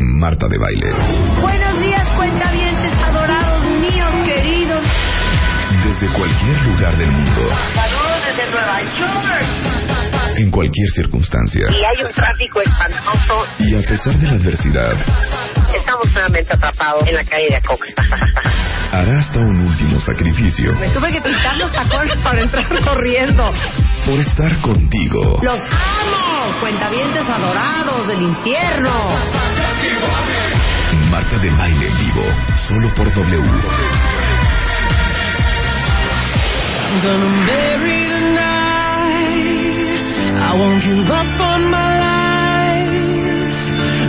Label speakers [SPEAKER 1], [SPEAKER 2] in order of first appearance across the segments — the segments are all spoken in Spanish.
[SPEAKER 1] Marta de Baile.
[SPEAKER 2] Buenos días, cuentavientes adorados míos, queridos.
[SPEAKER 1] Desde cualquier lugar del mundo,
[SPEAKER 2] Saludos desde Nueva York.
[SPEAKER 1] en cualquier circunstancia.
[SPEAKER 2] Y hay un tráfico espantoso.
[SPEAKER 1] Y a pesar de la adversidad,
[SPEAKER 2] Estamos nuevamente atrapados en la calle de Acox.
[SPEAKER 1] hará hasta un último sacrificio
[SPEAKER 2] Me tuve que pintar los tacones para entrar corriendo.
[SPEAKER 1] por estar contigo.
[SPEAKER 2] ¡Los amo! Cuentavientes adorados del infierno.
[SPEAKER 1] Marta de Baile en vivo, solo por W.
[SPEAKER 3] Gonna bury the night. I won't give up on my life.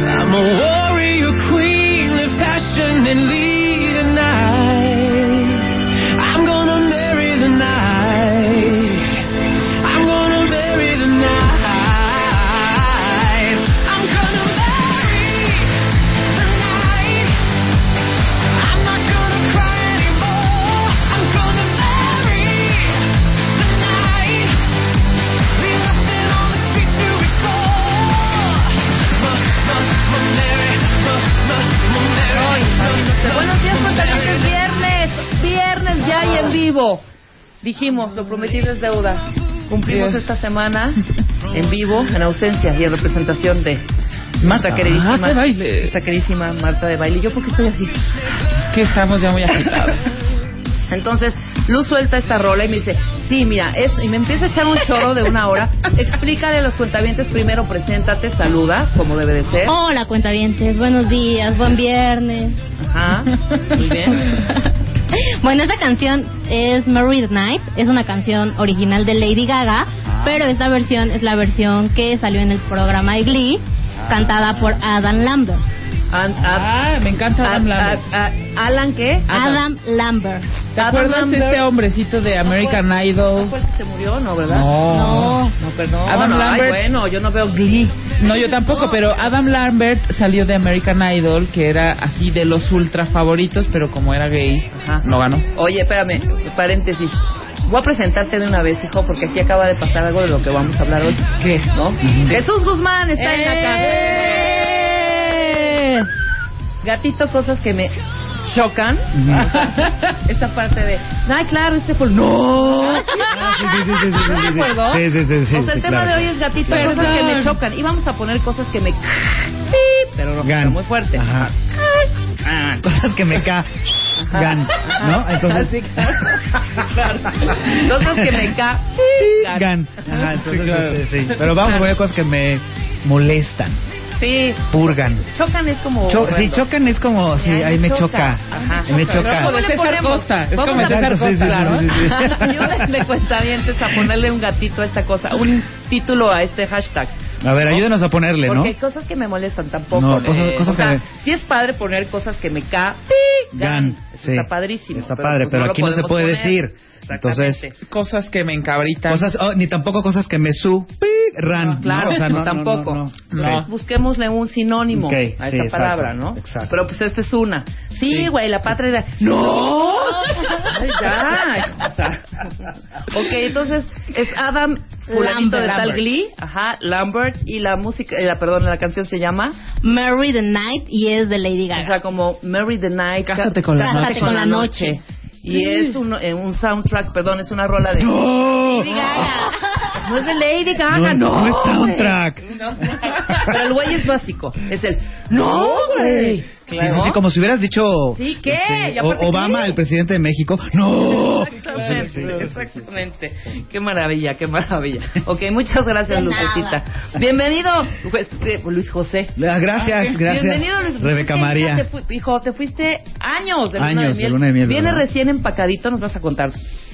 [SPEAKER 3] I'm a warrior queen, live passionately tonight. I'm gonna marry the night. I'm gonna marry the night. I'm gonna marry the night. I'm not gonna cry anymore. I'm gonna marry the night. Be nothing on the street to explore.
[SPEAKER 4] Buenos días, cuentavientes, viernes, viernes ya y en vivo. Dijimos, lo prometido es deuda. Cumplimos
[SPEAKER 3] Yes.
[SPEAKER 4] esta semana en vivo, en ausencia y en representación de nuestra queridísima,
[SPEAKER 3] Marta de Ah, Baile.
[SPEAKER 4] nuestra queridísima Marta de baile. Yo porque estoy así.
[SPEAKER 3] Que estamos ya muy agitados.
[SPEAKER 4] Entonces, Luz suelta esta rola y me dice, sí, mira, es, y me empieza a echar un choro de una hora. Explícale a los cuentavientes primero, preséntate, saluda, como debe de ser.
[SPEAKER 3] Oh.
[SPEAKER 5] Hola, cuentavientes. Buenos días, buen viernes.
[SPEAKER 4] Ajá, muy bien.
[SPEAKER 5] Bueno, esta canción es Married Night. Es una canción original de Lady Gaga, pero esta versión es la versión que salió en el programa de Glee, cantada por Adam Lambert.
[SPEAKER 4] And- ad-
[SPEAKER 3] Ah, me encanta Adam
[SPEAKER 4] ad-
[SPEAKER 3] Lambert.
[SPEAKER 4] ad- ad- Alan, ¿qué?
[SPEAKER 5] Adam Lambert.
[SPEAKER 3] ¿Te acuerdas de este hombrecito de American Idol?
[SPEAKER 4] ¿Fue el que se murió? No, ¿verdad?
[SPEAKER 5] No.
[SPEAKER 4] No, perdón.
[SPEAKER 3] Adam
[SPEAKER 4] no, ay,
[SPEAKER 3] Lambert.
[SPEAKER 4] bueno, yo no veo Glee.
[SPEAKER 3] No, yo tampoco, pero Adam Lambert salió de American Idol, que era así de los ultra favoritos, pero como era gay,
[SPEAKER 4] Ajá.
[SPEAKER 3] no ganó.
[SPEAKER 4] Oye, espérame, paréntesis. Voy a presentarte de una vez, hijo, porque aquí acaba de pasar algo de lo que vamos a hablar hoy.
[SPEAKER 3] ¿Qué?
[SPEAKER 4] ¿No? Jesús Guzmán está en la casa.
[SPEAKER 3] ¡Eh!
[SPEAKER 4] Gatito, cosas que me chocan.
[SPEAKER 3] Ujú.
[SPEAKER 4] Esta parte de, ay, claro, este fue... ¡No!
[SPEAKER 6] Ah,
[SPEAKER 4] ¿No me acuerdo?
[SPEAKER 6] Sí, sí, sí, sí,
[SPEAKER 4] o sea, el
[SPEAKER 6] sí,
[SPEAKER 4] tema
[SPEAKER 6] claro.
[SPEAKER 4] de hoy es gatito,
[SPEAKER 3] Perdón.
[SPEAKER 4] cosas que me chocan. Y vamos a poner cosas que me... Pero no,
[SPEAKER 6] Gan.
[SPEAKER 4] está muy fuerte.
[SPEAKER 6] Ajá. Ah, Cosas que me ca... Gan. ¿No? Entonces...
[SPEAKER 4] Sí, claro. Cosas que me ca...
[SPEAKER 6] Gan. Ajá, entonces, este, sí. Pero vamos a poner cosas que me molestan,
[SPEAKER 4] Sí,
[SPEAKER 6] purgan.
[SPEAKER 4] chocan es como...
[SPEAKER 6] Cho-
[SPEAKER 4] horrendo.
[SPEAKER 6] si chocan es como, sí,
[SPEAKER 4] Ay,
[SPEAKER 6] ahí me
[SPEAKER 4] Oh, choca.
[SPEAKER 6] choca.
[SPEAKER 4] Ajá.
[SPEAKER 6] Ahí Me
[SPEAKER 4] Choca.
[SPEAKER 6] choca.
[SPEAKER 4] ¿Cómo
[SPEAKER 3] Como de
[SPEAKER 4] le
[SPEAKER 3] César
[SPEAKER 4] ponemos?
[SPEAKER 3] Costa. Es
[SPEAKER 4] Vamos
[SPEAKER 3] como de César
[SPEAKER 4] a-
[SPEAKER 6] Sí, sí,
[SPEAKER 3] Costa,
[SPEAKER 6] sí,
[SPEAKER 3] ¿no?
[SPEAKER 6] sí, sí.
[SPEAKER 4] Ayúdenme, cuentavientes, a ponerle un gatito a esta cosa, un título a este hashtag.
[SPEAKER 6] A ver, ayúdenos a ponerle, ¿no?
[SPEAKER 4] Porque hay cosas que me molestan tampoco.
[SPEAKER 6] No, cosas-
[SPEAKER 4] eh,
[SPEAKER 6] cosas
[SPEAKER 4] o sea,
[SPEAKER 6] que me-
[SPEAKER 4] sí es padre poner cosas que me ca...
[SPEAKER 6] Gan. Sí.
[SPEAKER 4] Está padrísimo.
[SPEAKER 6] Está padre,
[SPEAKER 4] pues
[SPEAKER 6] pero aquí no se
[SPEAKER 4] lo podemos
[SPEAKER 6] puede decir.
[SPEAKER 4] Exactamente.
[SPEAKER 6] Entonces-
[SPEAKER 3] Cosas que me encabritan.
[SPEAKER 6] Cosas, oh, ni tampoco cosas que me su... pi- Ran.
[SPEAKER 4] No, Ah, claro,
[SPEAKER 6] ¿no? O sea, no, no, no,
[SPEAKER 4] tampoco.
[SPEAKER 6] no.
[SPEAKER 4] Entonces,
[SPEAKER 3] Ok.
[SPEAKER 4] Busquémosle un sinónimo
[SPEAKER 6] Ok,
[SPEAKER 4] a
[SPEAKER 6] sí,
[SPEAKER 4] esta
[SPEAKER 6] exacto,
[SPEAKER 4] palabra, ¿no?
[SPEAKER 6] exacto.
[SPEAKER 4] Pero pues esta es una. Sí,
[SPEAKER 6] Sí.
[SPEAKER 4] güey, la patria era... ¡No! Ay, ya. O sea. Ok, entonces es Adam fulanito
[SPEAKER 5] Lambert,
[SPEAKER 4] de tal
[SPEAKER 5] Lambert.
[SPEAKER 4] Glee, ajá, Lambert, y la música, eh, la, perdón, la canción se llama,
[SPEAKER 5] Married the Night y es de Lady
[SPEAKER 4] o
[SPEAKER 5] Gaga.
[SPEAKER 4] sea, como Merry the Night.
[SPEAKER 3] Cásate con la
[SPEAKER 4] Cásate
[SPEAKER 5] noche. con la noche.
[SPEAKER 4] Y es un, eh, un soundtrack, perdón, es una rola de...
[SPEAKER 6] ¡No!
[SPEAKER 5] Lady Gaga.
[SPEAKER 4] No es de Lady Gaga,
[SPEAKER 6] No,
[SPEAKER 4] no.
[SPEAKER 6] no es
[SPEAKER 4] güey.
[SPEAKER 6] soundtrack.
[SPEAKER 4] Pero el güey es básico. Es el. ¡No, güey!
[SPEAKER 6] Sí, sí, sí, como si hubieras dicho
[SPEAKER 4] Sí, ¿qué?
[SPEAKER 6] este,
[SPEAKER 4] Y aparte,
[SPEAKER 6] o- Obama,
[SPEAKER 4] ¿qué?
[SPEAKER 6] el presidente de México. ¡No!
[SPEAKER 4] Exactamente, exactamente. Qué maravilla, qué maravilla. Ok, muchas gracias,
[SPEAKER 5] De
[SPEAKER 4] Lucecita. Bienvenido, pues, eh, Luis José.
[SPEAKER 6] Ah, Gracias, gracias.
[SPEAKER 4] Bienvenido, Luis José. Hija,
[SPEAKER 6] Rebeca
[SPEAKER 4] te
[SPEAKER 6] María.
[SPEAKER 4] fu- hijo, te fuiste años de luna
[SPEAKER 6] Años
[SPEAKER 4] de miel.
[SPEAKER 6] de luna de miel,
[SPEAKER 4] Viene
[SPEAKER 6] ¿verdad?
[SPEAKER 4] recién empacadito, nos vas a contar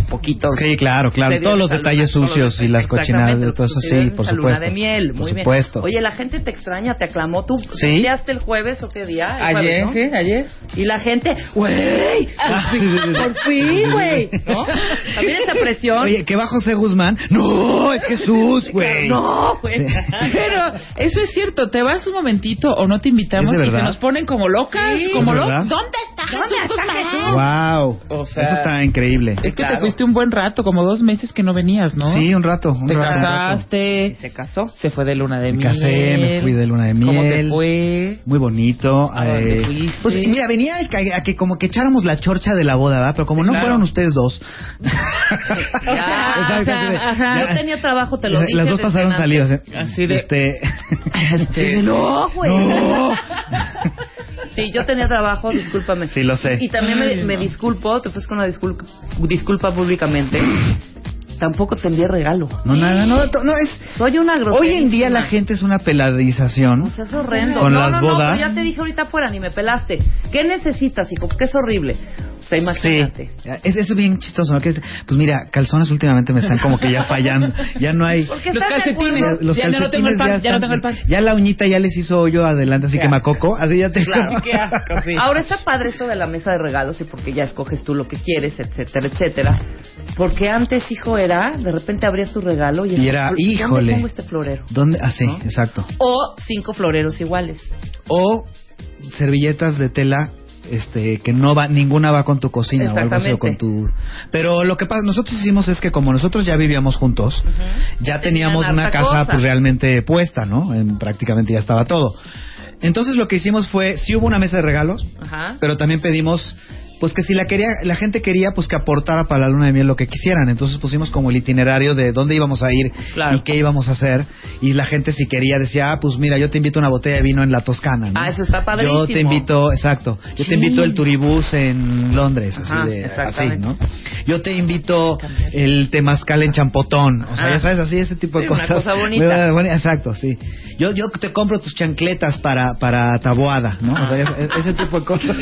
[SPEAKER 4] poquito.
[SPEAKER 6] Sí, claro, claro.
[SPEAKER 4] Serio,
[SPEAKER 6] Todos los
[SPEAKER 4] esa
[SPEAKER 6] detalles
[SPEAKER 4] luna, todos los
[SPEAKER 6] sucios y las
[SPEAKER 4] detalles,
[SPEAKER 6] cochinadas de
[SPEAKER 4] exactamente,
[SPEAKER 6] todo eso,
[SPEAKER 4] lo que
[SPEAKER 6] sí,
[SPEAKER 4] sucedió en
[SPEAKER 6] por
[SPEAKER 4] esa
[SPEAKER 6] supuesto.
[SPEAKER 4] Luna de miel, muy
[SPEAKER 6] por
[SPEAKER 4] bien.
[SPEAKER 6] supuesto.
[SPEAKER 4] Oye, la gente te extraña, te aclamó. ¿Tú
[SPEAKER 6] Sí.
[SPEAKER 4] tuiteaste el jueves o qué día? El
[SPEAKER 3] Ayer,
[SPEAKER 4] jueves, ¿no?
[SPEAKER 3] sí, ayer.
[SPEAKER 4] Y la gente, güey,
[SPEAKER 6] Ah, sí, sí, sí.
[SPEAKER 4] por fin, güey, ¿no? También esa presión.
[SPEAKER 6] Oye, que va José Guzmán. ¡No! Es Jesús, güey.
[SPEAKER 4] No, güey.
[SPEAKER 3] Pero eso es cierto, te vas un momentito o no te invitamos
[SPEAKER 6] ¿Es de
[SPEAKER 3] y se
[SPEAKER 6] verdad?
[SPEAKER 3] nos ponen como locas,
[SPEAKER 4] Sí.
[SPEAKER 3] como
[SPEAKER 6] ¿Es
[SPEAKER 3] locas.
[SPEAKER 6] verdad?
[SPEAKER 3] ¿Dónde está
[SPEAKER 6] Wow.
[SPEAKER 7] O sea,
[SPEAKER 6] Eso está increíble.
[SPEAKER 7] Es que te
[SPEAKER 8] Claro.
[SPEAKER 7] fuiste un buen rato, como dos meses que no venías, ¿no?
[SPEAKER 6] Sí, un rato. Un
[SPEAKER 7] Te
[SPEAKER 6] rato, un rato.
[SPEAKER 7] casaste,
[SPEAKER 8] Se casó.
[SPEAKER 7] se fue de luna de
[SPEAKER 6] Me
[SPEAKER 7] miel.
[SPEAKER 6] casé, me fui de luna de
[SPEAKER 7] ¿Cómo te
[SPEAKER 6] miel.
[SPEAKER 7] fue?
[SPEAKER 6] Muy bonito.
[SPEAKER 7] ¿A dónde fuiste?
[SPEAKER 6] pues mira, venía a que, a que como que echáramos la chorcha de la boda, ¿verdad? Pero como no
[SPEAKER 7] claro.
[SPEAKER 6] fueron ustedes dos.
[SPEAKER 4] O sea,
[SPEAKER 6] Exacto,
[SPEAKER 4] Ah, o sea,
[SPEAKER 6] así de-
[SPEAKER 4] ajá.
[SPEAKER 6] ya-
[SPEAKER 4] Yo tenía trabajo, te lo dije.
[SPEAKER 6] Las dos
[SPEAKER 4] desde
[SPEAKER 6] pasaron
[SPEAKER 4] antes.
[SPEAKER 6] salidas. ¿eh?
[SPEAKER 7] Así de-
[SPEAKER 6] Este...
[SPEAKER 7] Este,
[SPEAKER 4] No, güey.
[SPEAKER 6] ¡No!
[SPEAKER 4] Sí, yo tenía trabajo, discúlpame.
[SPEAKER 6] Sí, lo sé.
[SPEAKER 4] Y también me,
[SPEAKER 7] Ay,
[SPEAKER 4] me
[SPEAKER 7] no.
[SPEAKER 4] disculpo, te ofrezco una disculpa, disculpa públicamente. Tampoco te envié regalo.
[SPEAKER 6] No, nada, no, to- no es...
[SPEAKER 4] Soy una grosera.
[SPEAKER 6] Hoy en día la gente es una peladización.
[SPEAKER 4] O sea, es horrendo.
[SPEAKER 6] Con
[SPEAKER 4] no, no,
[SPEAKER 6] las bodas.
[SPEAKER 4] No, pero ya te dije ahorita afuera, ni me pelaste. ¿Qué necesitas, hijo? Porque es horrible. O sea, imagínate.
[SPEAKER 6] Sí, es, es bien chistoso, ¿no? Que es- pues mira, calzones últimamente me están como que ya fallando, ya no hay...
[SPEAKER 4] Porque
[SPEAKER 7] Los
[SPEAKER 4] estás de
[SPEAKER 7] calcetines.
[SPEAKER 4] acuerdo.
[SPEAKER 6] Los
[SPEAKER 7] Ya no lo tengo el
[SPEAKER 6] calcetines
[SPEAKER 7] pan, ya no
[SPEAKER 6] están-
[SPEAKER 7] tengo el pan.
[SPEAKER 6] Ya la uñita ya les hizo hoyo adelante, así
[SPEAKER 7] Qué
[SPEAKER 6] que
[SPEAKER 7] asco.
[SPEAKER 6] macoco, así ya te...
[SPEAKER 4] Claro.
[SPEAKER 7] Qué asco, sí.
[SPEAKER 4] Ahora está padre esto de la mesa de regalos y porque ya escoges tú lo que quieres, etcétera, etcétera. Porque antes, hijo, era, de repente abrías tu regalo y,
[SPEAKER 6] Y era,
[SPEAKER 4] ¿dónde
[SPEAKER 6] híjole.
[SPEAKER 4] pongo este florero?
[SPEAKER 6] ¿Dónde? Ah, sí,
[SPEAKER 4] ¿No?
[SPEAKER 6] exacto.
[SPEAKER 4] O cinco floreros iguales.
[SPEAKER 6] O servilletas de tela este que no va ninguna va con tu cocina o algo así o con tu pero lo que pasa nosotros hicimos es que como nosotros ya vivíamos juntos ya
[SPEAKER 4] Tenían
[SPEAKER 6] teníamos una
[SPEAKER 4] harta
[SPEAKER 6] casa
[SPEAKER 4] cosa.
[SPEAKER 6] pues realmente puesta no En- prácticamente ya estaba todo entonces lo que hicimos fue sí hubo una mesa de regalos
[SPEAKER 4] Ajá.
[SPEAKER 6] pero también pedimos pues que si la quería la gente quería pues que aportara para la luna de miel lo que quisieran entonces pusimos como el itinerario de dónde íbamos a ir
[SPEAKER 4] Claro.
[SPEAKER 6] y qué íbamos a hacer y la gente si quería decía ah pues mira yo te invito una botella de vino en la Toscana ¿no?
[SPEAKER 4] Ah, eso está padrísimo.
[SPEAKER 6] yo te invito exacto yo te invito el turibús en Londres
[SPEAKER 4] Ajá,
[SPEAKER 6] así de así
[SPEAKER 4] exactamente.
[SPEAKER 6] no yo te invito el temazcal en Champotón o sea
[SPEAKER 4] Ah.
[SPEAKER 6] ya sabes así ese tipo de
[SPEAKER 4] Sí, una
[SPEAKER 6] cosas
[SPEAKER 4] cosa bonita.
[SPEAKER 6] Muy bueno, exacto sí yo yo te compro tus chancletas para para taboada no o sea ese, ese tipo de cosas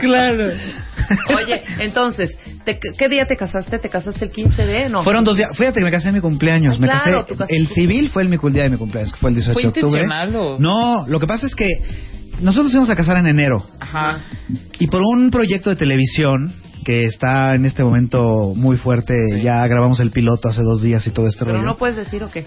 [SPEAKER 7] Claro.
[SPEAKER 4] Oye, entonces, ¿te- ¿qué día te casaste? ¿Te casaste el 15 de? No. Ah,
[SPEAKER 6] Fueron dos días. Fíjate que me casé en mi cumpleaños. Me
[SPEAKER 4] Claro,
[SPEAKER 6] casé.
[SPEAKER 4] tu cas-
[SPEAKER 6] El civil fue el mi cul- día de mi cumpleaños, que fue el 18
[SPEAKER 7] ¿Fue
[SPEAKER 6] de octubre.
[SPEAKER 7] intencional o-
[SPEAKER 6] No, lo que pasa es que nosotros íbamos a casar en enero
[SPEAKER 7] Ajá.
[SPEAKER 6] y por un proyecto de televisión que está en este momento muy fuerte, ya grabamos el piloto hace dos días y todo este
[SPEAKER 4] Pero
[SPEAKER 6] rollo.
[SPEAKER 4] no puedes decir o qué.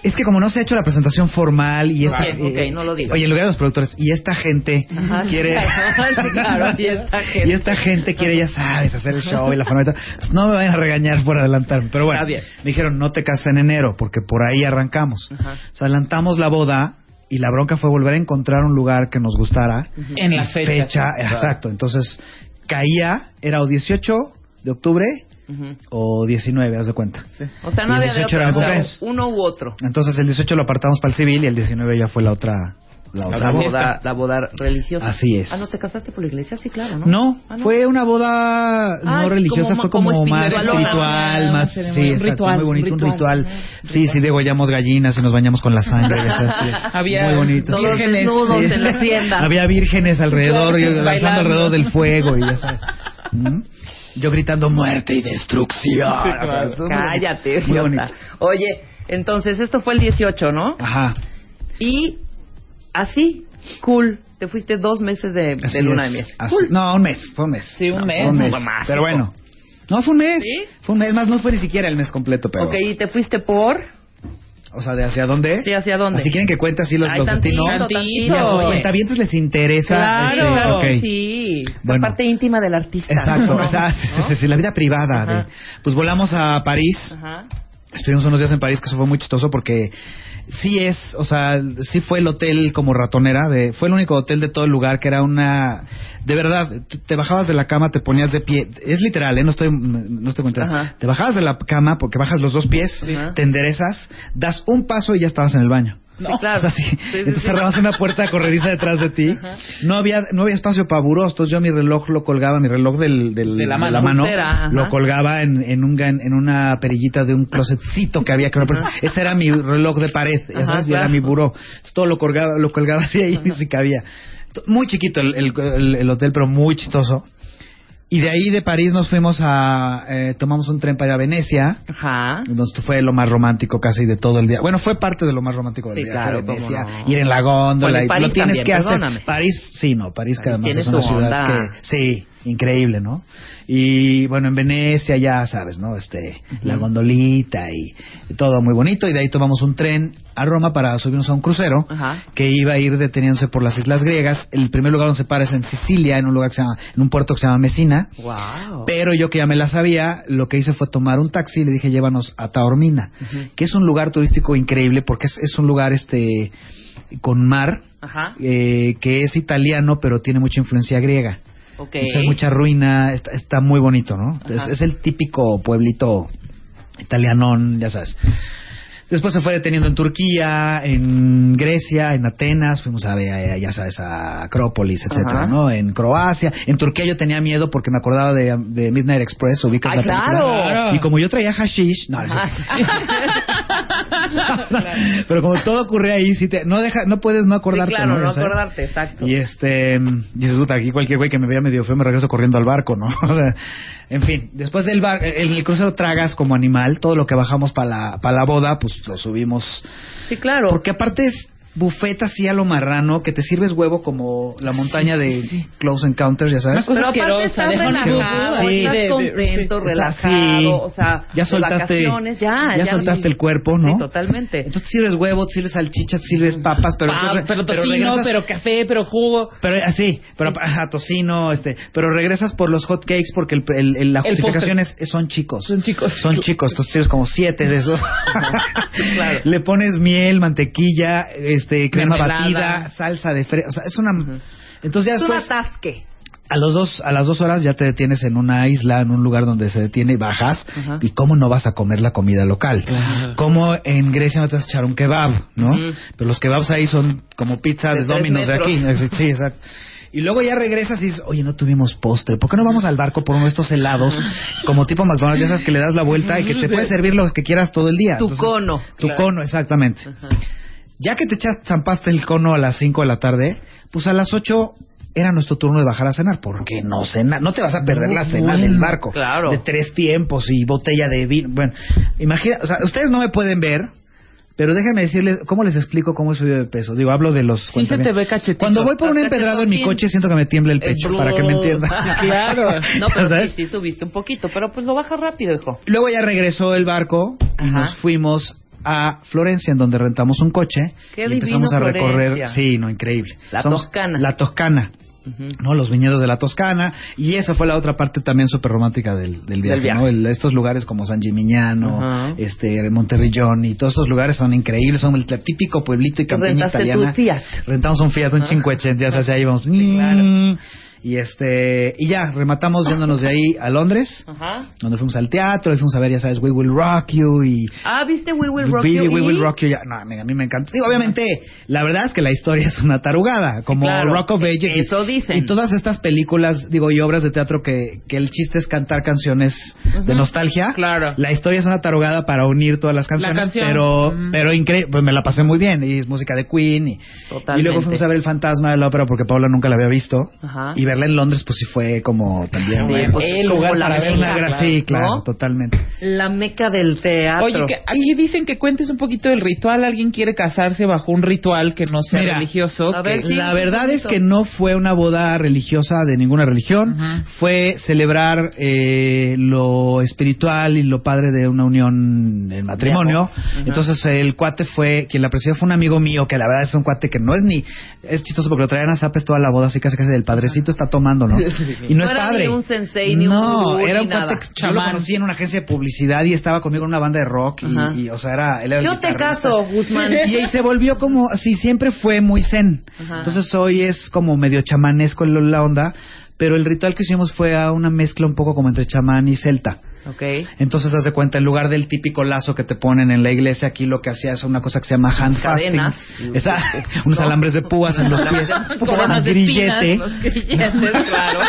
[SPEAKER 6] Es que como no se ha hecho la presentación formal y esta, eh,
[SPEAKER 4] Bien, ok, no lo digas.
[SPEAKER 6] Oye, en lugar de los productores, y esta gente
[SPEAKER 4] Ajá, sí,
[SPEAKER 6] quiere...
[SPEAKER 4] claro, sí, claro, y esta gente.
[SPEAKER 6] Y esta gente quiere, ya sabes, hacer el show y la forma y todo. Pues no me vayan a regañar por adelantarme. Pero bueno,
[SPEAKER 4] Está bien.
[SPEAKER 6] me dijeron, no te cases en enero, porque por ahí arrancamos.
[SPEAKER 4] Ajá.
[SPEAKER 6] O sea, adelantamos la boda y la bronca fue volver a encontrar un lugar que nos gustara.
[SPEAKER 7] En las fechas.
[SPEAKER 6] Fecha, exacto. Entonces, caía, era o 18 de octubre
[SPEAKER 4] Ujú.
[SPEAKER 6] o 19, haz de cuenta.
[SPEAKER 4] O sea, no
[SPEAKER 6] Y
[SPEAKER 4] había de
[SPEAKER 6] 18
[SPEAKER 4] otro.
[SPEAKER 6] eran
[SPEAKER 4] o sea,
[SPEAKER 6] mujeres.
[SPEAKER 4] uno u otro.
[SPEAKER 6] Entonces el 18 lo apartamos para el civil y el 19 ya fue la otra. La otra
[SPEAKER 4] La
[SPEAKER 6] boda.
[SPEAKER 4] boda, la boda religiosa.
[SPEAKER 6] Así es.
[SPEAKER 4] Ah, ¿no te casaste por la iglesia? Sí, claro, ¿no?
[SPEAKER 6] No,
[SPEAKER 4] Ah,
[SPEAKER 6] fue una boda no
[SPEAKER 4] Ay,
[SPEAKER 6] religiosa,
[SPEAKER 4] como-
[SPEAKER 6] fue
[SPEAKER 4] como
[SPEAKER 6] como, más
[SPEAKER 4] espiritualona,
[SPEAKER 6] espiritual,
[SPEAKER 4] una-
[SPEAKER 6] más sí,
[SPEAKER 4] una
[SPEAKER 7] ceremonia, un
[SPEAKER 6] exacto,
[SPEAKER 7] ritual,
[SPEAKER 6] muy bonito,
[SPEAKER 7] un
[SPEAKER 6] un ritual. Sí, sí, degollamos gallinas y nos bañamos con la sangre. o sea, sí,
[SPEAKER 7] Había
[SPEAKER 6] muy bonito.
[SPEAKER 4] Todos
[SPEAKER 7] Vírgenes.
[SPEAKER 4] desnudos en la tienda.
[SPEAKER 6] Había vírgenes alrededor, y
[SPEAKER 7] Claro,
[SPEAKER 6] danzando
[SPEAKER 7] bailando.
[SPEAKER 6] alrededor del fuego y ya sabes. ¿Mm? Yo gritando muerte y destrucción. o sea, estuvo muy bonito.
[SPEAKER 4] Cállate,
[SPEAKER 6] Muy
[SPEAKER 4] idiota.
[SPEAKER 6] bonito. Ah.
[SPEAKER 4] Oye, entonces esto fue el 18, ¿no?
[SPEAKER 6] Ajá.
[SPEAKER 4] Y así, cool, te fuiste dos meses de, de
[SPEAKER 6] Así
[SPEAKER 4] luna
[SPEAKER 6] es,
[SPEAKER 4] de miel.
[SPEAKER 6] así- No, un mes, fue un mes.
[SPEAKER 7] Sí, un
[SPEAKER 6] No,
[SPEAKER 7] mes.
[SPEAKER 6] fue un mes.
[SPEAKER 7] Fue más,
[SPEAKER 6] Pero
[SPEAKER 7] hijo.
[SPEAKER 6] bueno. No, fue un mes.
[SPEAKER 4] ¿Sí?
[SPEAKER 6] Fue un mes, más no fue ni siquiera el mes completo, pero...
[SPEAKER 4] Ok, y te fuiste por...
[SPEAKER 6] O sea, ¿de hacia dónde?
[SPEAKER 4] Sí, ¿hacia dónde?
[SPEAKER 6] Si quieren que cuente así los,
[SPEAKER 4] Ay,
[SPEAKER 6] los
[SPEAKER 4] tantito,
[SPEAKER 6] destinos.
[SPEAKER 4] tantito.
[SPEAKER 6] Y a sus cuentavientes les interesa.
[SPEAKER 4] Claro,
[SPEAKER 6] este, ok.
[SPEAKER 4] sí.
[SPEAKER 6] Bueno.
[SPEAKER 4] La parte íntima del artista.
[SPEAKER 6] Exacto,
[SPEAKER 4] ¿no?
[SPEAKER 6] esa- sí, sí, la vida privada.
[SPEAKER 4] Ajá.
[SPEAKER 6] de- pues volamos a París.
[SPEAKER 4] Ajá.
[SPEAKER 6] Estuvimos unos días en París, que eso fue muy chistoso porque sí es, o sea, sí fue el hotel como ratonera, de, fue el único hotel de todo el lugar que era una, de verdad, t- te bajabas de la cama, te ponías de pie, es literal, ¿eh? no estoy, no estoy contando,
[SPEAKER 4] Ajá.
[SPEAKER 6] te bajabas de la cama porque bajas los dos pies,
[SPEAKER 4] Ajá.
[SPEAKER 6] te enderezas, das un paso y ya estabas en el baño.
[SPEAKER 4] Sí, claro.
[SPEAKER 6] O sea, sí.
[SPEAKER 4] Sí, sí,
[SPEAKER 6] Entonces
[SPEAKER 4] sí.
[SPEAKER 6] cerrabas una puerta corrediza detrás de ti. No había no había espacio para burós. Entonces yo mi reloj lo colgaba, mi reloj del, del-
[SPEAKER 7] De la mano.
[SPEAKER 4] Pulsera, ajá.
[SPEAKER 6] lo colgaba en, en, un, gan- en una perillita de un closetcito que había. Que Ese era mi reloj de pared, ya
[SPEAKER 4] Ajá,
[SPEAKER 6] sabes, y era
[SPEAKER 4] claro.
[SPEAKER 6] mi buró. Entonces todo lo colgaba, lo colgaba así ahí y se cabía. T- Muy chiquito el, el- el- el hotel, pero muy chistoso. Y de ahí de París nos fuimos a... eh, tomamos un tren para ir a Venecia.
[SPEAKER 4] Ajá.
[SPEAKER 6] Entonces fue lo más romántico casi de todo el viaje. Bueno, fue parte de lo más romántico del
[SPEAKER 4] Sí,
[SPEAKER 6] viaje.
[SPEAKER 4] claro,
[SPEAKER 6] a Venecia,
[SPEAKER 4] cómo no.
[SPEAKER 6] Ir en la góndola.
[SPEAKER 4] Bueno, y
[SPEAKER 6] y
[SPEAKER 4] París
[SPEAKER 6] lo tienes
[SPEAKER 4] también,
[SPEAKER 6] que hacer.
[SPEAKER 4] perdóname.
[SPEAKER 6] París, sí, no. París, que
[SPEAKER 4] París
[SPEAKER 6] además
[SPEAKER 4] tiene
[SPEAKER 6] es una
[SPEAKER 4] su
[SPEAKER 6] ciudad
[SPEAKER 4] onda.
[SPEAKER 6] que... Sí. increíble, ¿no? Y bueno, en Venecia ya sabes, ¿no? Este, la gondolita y todo muy bonito y de ahí tomamos un tren a Roma para subirnos a un crucero
[SPEAKER 4] Ajá.
[SPEAKER 6] que iba a ir deteniéndose por las islas griegas. El primer lugar donde se para es en Sicilia, en un lugar que se llama, en un puerto que se llama Messina.
[SPEAKER 4] Wow.
[SPEAKER 6] Pero yo que ya me la sabía, lo que hice fue tomar un taxi y le dije, llévanos a Taormina, que es un lugar turístico increíble porque es, es un lugar este con mar,
[SPEAKER 4] Ajá.
[SPEAKER 6] eh, que es italiano pero tiene mucha influencia griega.
[SPEAKER 4] Ok.
[SPEAKER 6] Entonces hay mucha ruina, está, está muy bonito, ¿no? Es,
[SPEAKER 4] Eh, Ajá.
[SPEAKER 6] es el típico pueblito italianón, ya sabes. Después se fue deteniendo en Turquía, en Grecia, en Atenas, fuimos a ver, eh, ya sabes, a Acrópolis, etcétera,
[SPEAKER 4] Ajá.
[SPEAKER 6] ¿no? En Croacia. En Turquía yo tenía miedo porque me acordaba de, de Midnight Express, ubicas
[SPEAKER 4] ¡Ay,
[SPEAKER 6] la película.
[SPEAKER 4] Ah, claro! Ah,
[SPEAKER 6] Y como yo traía hashish, no, no es cierto. pero como todo ocurre ahí, si te, no deja, no puedes no acordarte.
[SPEAKER 4] sí, claro,
[SPEAKER 6] Ya
[SPEAKER 4] no
[SPEAKER 6] sabes.
[SPEAKER 4] acordarte, exacto.
[SPEAKER 6] Y este, mm, dices, puta, aquí cualquier güey que me vea medio feo me regreso corriendo al barco, ¿no? O sea, en fin, después del bar, en el crucero tragas como animal, todo lo que bajamos para la, pa' la boda, pues lo subimos.
[SPEAKER 4] Sí, claro.
[SPEAKER 6] Porque aparte es bufeta así a lo marrano, que te sirves huevo como la montaña de Close Encounters, ya sabes.
[SPEAKER 7] Una cosa
[SPEAKER 4] pero aparte estás
[SPEAKER 7] asquerosa, deja una
[SPEAKER 4] relajado,
[SPEAKER 6] cosa así
[SPEAKER 4] estás
[SPEAKER 7] de- de-
[SPEAKER 4] contento,
[SPEAKER 7] sí.
[SPEAKER 4] relajado,
[SPEAKER 6] Sí.
[SPEAKER 4] o sea, de
[SPEAKER 6] ya soltaste,
[SPEAKER 4] vacaciones, ya,
[SPEAKER 6] ya soltaste el cuerpo, ¿no?
[SPEAKER 4] Sí, totalmente.
[SPEAKER 6] Entonces te sirves huevo, te sirves salchicha, te sirves papas, pero
[SPEAKER 7] Pa-
[SPEAKER 6] entonces-
[SPEAKER 7] pero tocino, pero,
[SPEAKER 6] regresas-
[SPEAKER 7] café, pero jugo.
[SPEAKER 6] Pero eh, sí, pero ajá, tocino, este, pero regresas por los hot cakes porque el, el- el- la
[SPEAKER 7] El
[SPEAKER 6] justificación es, son chicos.
[SPEAKER 7] Son chicos.
[SPEAKER 6] Son chicos, entonces tienes como siete de esos.
[SPEAKER 4] Claro.
[SPEAKER 6] Le pones miel, mantequilla, este, crema
[SPEAKER 7] Mermelada.
[SPEAKER 6] batida, salsa de fresa, o sea, es una entonces ya
[SPEAKER 4] Es un
[SPEAKER 6] después
[SPEAKER 4] atasque.
[SPEAKER 6] a los dos a las dos horas ya te detienes en una isla, en un lugar donde se detiene y bajas
[SPEAKER 4] Ajá.
[SPEAKER 6] y cómo no vas a comer la comida local.
[SPEAKER 7] Claro.
[SPEAKER 6] Como en Grecia no te vas a echar un kebab, ¿no?
[SPEAKER 7] Ujú.
[SPEAKER 6] Pero los kebabs ahí son como pizza
[SPEAKER 4] De
[SPEAKER 6] de,
[SPEAKER 4] tres
[SPEAKER 6] dominos de aquí.
[SPEAKER 4] metros.
[SPEAKER 6] Sí, exacto. Y luego ya regresas y dices, oye, no tuvimos postre. ¿Por qué no vamos al barco por uno de estos helados? Como tipo McDonald's, ya sabes que le das la vuelta y que te puede servir lo que quieras todo el día.
[SPEAKER 4] Tu cono.
[SPEAKER 6] Tu
[SPEAKER 7] Claro.
[SPEAKER 6] cono, exactamente. Ya que te echas, zampaste el cono a las 5 de la tarde, pues a las 8 era nuestro turno de bajar a cenar, porque no cena, no te vas a perder la cena del barco.
[SPEAKER 4] claro.
[SPEAKER 6] De tres tiempos y botella de vino. Bueno, imagina, o sea, ustedes no me pueden ver, pero déjenme decirles, ¿cómo les explico cómo he subido de peso? Digo, hablo de los...
[SPEAKER 7] Sí se te ve cachetito.
[SPEAKER 6] cachetito. Cuando voy por un
[SPEAKER 4] Cachetito,
[SPEAKER 6] empedrado en mi
[SPEAKER 4] sí.
[SPEAKER 6] coche siento que me tiembla el
[SPEAKER 7] El
[SPEAKER 6] pecho,
[SPEAKER 7] blue.
[SPEAKER 6] para que me entiendan.
[SPEAKER 7] Sí, claro.
[SPEAKER 4] No, pero
[SPEAKER 6] ¿Sabes?
[SPEAKER 4] sí, sí subiste un poquito, pero pues lo bajas rápido, hijo.
[SPEAKER 6] Luego ya regresó el barco y
[SPEAKER 4] Ajá.
[SPEAKER 6] nos fuimos a Florencia, en donde rentamos un coche.
[SPEAKER 4] Qué
[SPEAKER 6] y empezamos a
[SPEAKER 4] divino
[SPEAKER 6] recorrer.
[SPEAKER 4] Florencia.
[SPEAKER 6] Sí, no, increíble.
[SPEAKER 4] La Toscana.
[SPEAKER 6] La Toscana.
[SPEAKER 4] Ujú.
[SPEAKER 6] ¿no? Los viñedos de la Toscana. Y esa fue la otra parte también súper romántica del, del viaje.
[SPEAKER 4] Del viaje.
[SPEAKER 6] ¿no? El- estos lugares como San Gimignano,
[SPEAKER 4] Ajá.
[SPEAKER 6] este, Monterrillón y todos estos lugares son increíbles. Son el t- típico pueblito y campiña
[SPEAKER 4] Rentaste
[SPEAKER 6] italiana.
[SPEAKER 4] tu Fiat. Ah.
[SPEAKER 6] Rentamos un Fiat, un 580, ya sabes, ahí vamos.
[SPEAKER 4] claro.
[SPEAKER 6] Y este, y ya, rematamos yéndonos de ahí a Londres,
[SPEAKER 4] Ajá.
[SPEAKER 6] donde fuimos al teatro, y fuimos a ver, ya sabes, We Will Rock You y
[SPEAKER 4] Ah, ¿viste We Will Rock
[SPEAKER 6] Billy
[SPEAKER 4] You?
[SPEAKER 6] We
[SPEAKER 4] y-
[SPEAKER 6] Will Rock You, ya- no, a mí, a mí me encanta. Digo, obviamente, la verdad es que la historia es una tarugada, como
[SPEAKER 4] claro.
[SPEAKER 6] Rock of Ages. y-
[SPEAKER 4] Eso dicen.
[SPEAKER 6] Y todas estas películas, digo, y obras de teatro que, que el chiste es cantar canciones de nostalgia.
[SPEAKER 7] Claro.
[SPEAKER 6] La historia es una tarugada para unir todas las canciones,
[SPEAKER 7] canción.
[SPEAKER 6] pero,
[SPEAKER 7] Mm.
[SPEAKER 6] pero increíble, pues me la pasé muy bien. Y es música de Queen. Y,
[SPEAKER 4] Totalmente.
[SPEAKER 6] y luego fuimos a ver El Fantasma de la Ópera porque Paula nunca la había visto.
[SPEAKER 4] Ajá.
[SPEAKER 6] Y verla en Londres, pues sí fue como también.
[SPEAKER 4] Bien, pues,
[SPEAKER 7] El
[SPEAKER 4] como
[SPEAKER 7] lugar
[SPEAKER 4] la
[SPEAKER 7] para
[SPEAKER 6] Es una
[SPEAKER 4] meca,
[SPEAKER 6] gra- sí, claro,
[SPEAKER 4] ¿no?
[SPEAKER 6] totalmente.
[SPEAKER 4] La meca del teatro.
[SPEAKER 7] Oye, que aquí dicen que cuentes un poquito del ritual. Alguien quiere casarse bajo un ritual que no sea
[SPEAKER 6] Mira,
[SPEAKER 7] religioso.
[SPEAKER 4] a
[SPEAKER 7] que-
[SPEAKER 4] ver, sí.
[SPEAKER 6] La verdad es
[SPEAKER 4] bonito.
[SPEAKER 6] que no fue una boda religiosa de ninguna religión,
[SPEAKER 7] Ajá.
[SPEAKER 6] fue celebrar eh, lo espiritual y lo padre de una unión en matrimonio. Entonces el cuate fue, quien la presidió fue un amigo mío, que la verdad es un cuate que no es ni, es chistoso porque lo traían a zapes toda la boda, así casi casi del padrecito está tomando, ¿no? Y no,
[SPEAKER 4] No
[SPEAKER 6] es
[SPEAKER 4] era ni
[SPEAKER 6] padre.
[SPEAKER 4] un sensei, ni un
[SPEAKER 6] No,
[SPEAKER 4] gurú,
[SPEAKER 6] era
[SPEAKER 4] ni
[SPEAKER 6] un cuate
[SPEAKER 4] nada.
[SPEAKER 6] que yo lo
[SPEAKER 7] Chamán.
[SPEAKER 6] conocí en una agencia de publicidad y estaba conmigo en una banda de rock
[SPEAKER 4] Ajá.
[SPEAKER 6] y, y, o sea, era... él era el
[SPEAKER 4] Yo te
[SPEAKER 6] guitarrista.
[SPEAKER 4] caso, Guzmán.
[SPEAKER 6] Y ahí se volvió como, sí, siempre fue muy zen.
[SPEAKER 4] Ajá.
[SPEAKER 6] Entonces hoy es como medio chamanesco el- la onda, pero el ritual que hicimos fue a una mezcla un poco como entre chamán y celta.
[SPEAKER 4] Ok.
[SPEAKER 6] Entonces, haz de cuenta, en lugar del típico lazo que te ponen en la iglesia, aquí lo que hacía es una cosa que se llama hand
[SPEAKER 4] Cadenas.
[SPEAKER 6] fasting. Esa- unos alambres de púas en los pies.
[SPEAKER 7] Coronas de
[SPEAKER 6] grillete.
[SPEAKER 7] espinas, los grilletes, claro.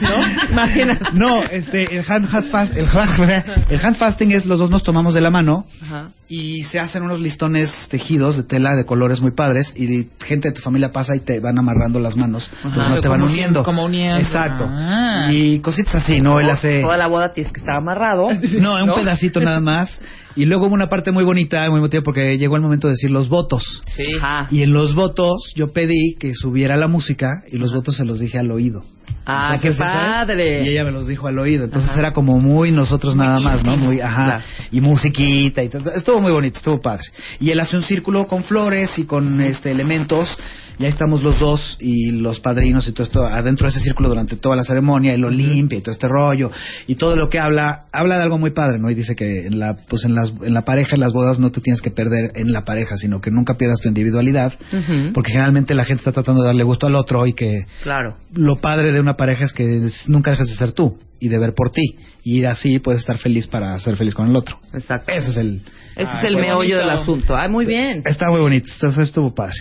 [SPEAKER 7] ¿No? Imagínate.
[SPEAKER 6] No, este, el hand, hand fast- el hand- el hand fasting es los dos nos tomamos de la mano
[SPEAKER 4] Ajá.
[SPEAKER 6] y se hacen unos listones tejidos de tela de colores muy padres y gente de tu familia pasa y te van amarrando las manos, entonces no te van
[SPEAKER 7] como-
[SPEAKER 6] uniendo.
[SPEAKER 7] como uniendo.
[SPEAKER 6] Exacto.
[SPEAKER 7] Ah.
[SPEAKER 6] Y cositas así, ¿no? Él hace...
[SPEAKER 4] Toda la boda tienes que estar amarrado.
[SPEAKER 6] No, un pedacito nada más. Y luego hubo una parte muy bonita, muy emotiva, porque llegó el momento de decir los votos.
[SPEAKER 7] Sí.
[SPEAKER 4] Ajá.
[SPEAKER 6] Y en los votos yo pedí que subiera la música y los votos se los dije al oído.
[SPEAKER 4] Ah,
[SPEAKER 6] Entonces,
[SPEAKER 4] qué
[SPEAKER 6] ¿sabes?
[SPEAKER 4] padre.
[SPEAKER 6] Y ella me los dijo al oído. Entonces
[SPEAKER 4] Ajá.
[SPEAKER 6] era como muy nosotros nada más, ¿no?
[SPEAKER 4] íntimo.
[SPEAKER 6] Muy, ajá.
[SPEAKER 4] Claro.
[SPEAKER 6] Y musiquita y todo. Estuvo muy bonito, estuvo padre. Y él hace un círculo con flores y con este elementos. Y ahí estamos los dos y los padrinos y todo esto adentro de ese círculo durante toda la ceremonia y lo limpia y todo este rollo. Y todo lo que habla, habla de algo muy padre, ¿no? Y dice que en la, pues en, las, en la pareja, en las bodas, no te tienes que perder en la pareja, sino que nunca pierdas tu individualidad.
[SPEAKER 4] Ujú.
[SPEAKER 6] Porque generalmente la gente está tratando de darle gusto al otro y que
[SPEAKER 4] Claro.
[SPEAKER 6] lo padre de una pareja es que es- nunca dejes de ser tú y de ver por ti. Y así puedes estar feliz para ser feliz con el otro.
[SPEAKER 4] Exacto.
[SPEAKER 6] Ese es el...
[SPEAKER 4] Ese
[SPEAKER 7] Ay,
[SPEAKER 4] es el
[SPEAKER 7] qué
[SPEAKER 4] meollo
[SPEAKER 7] bonito.
[SPEAKER 4] del asunto. Ay, muy bien.
[SPEAKER 6] Está muy bonito, esto fue- estuvo padre.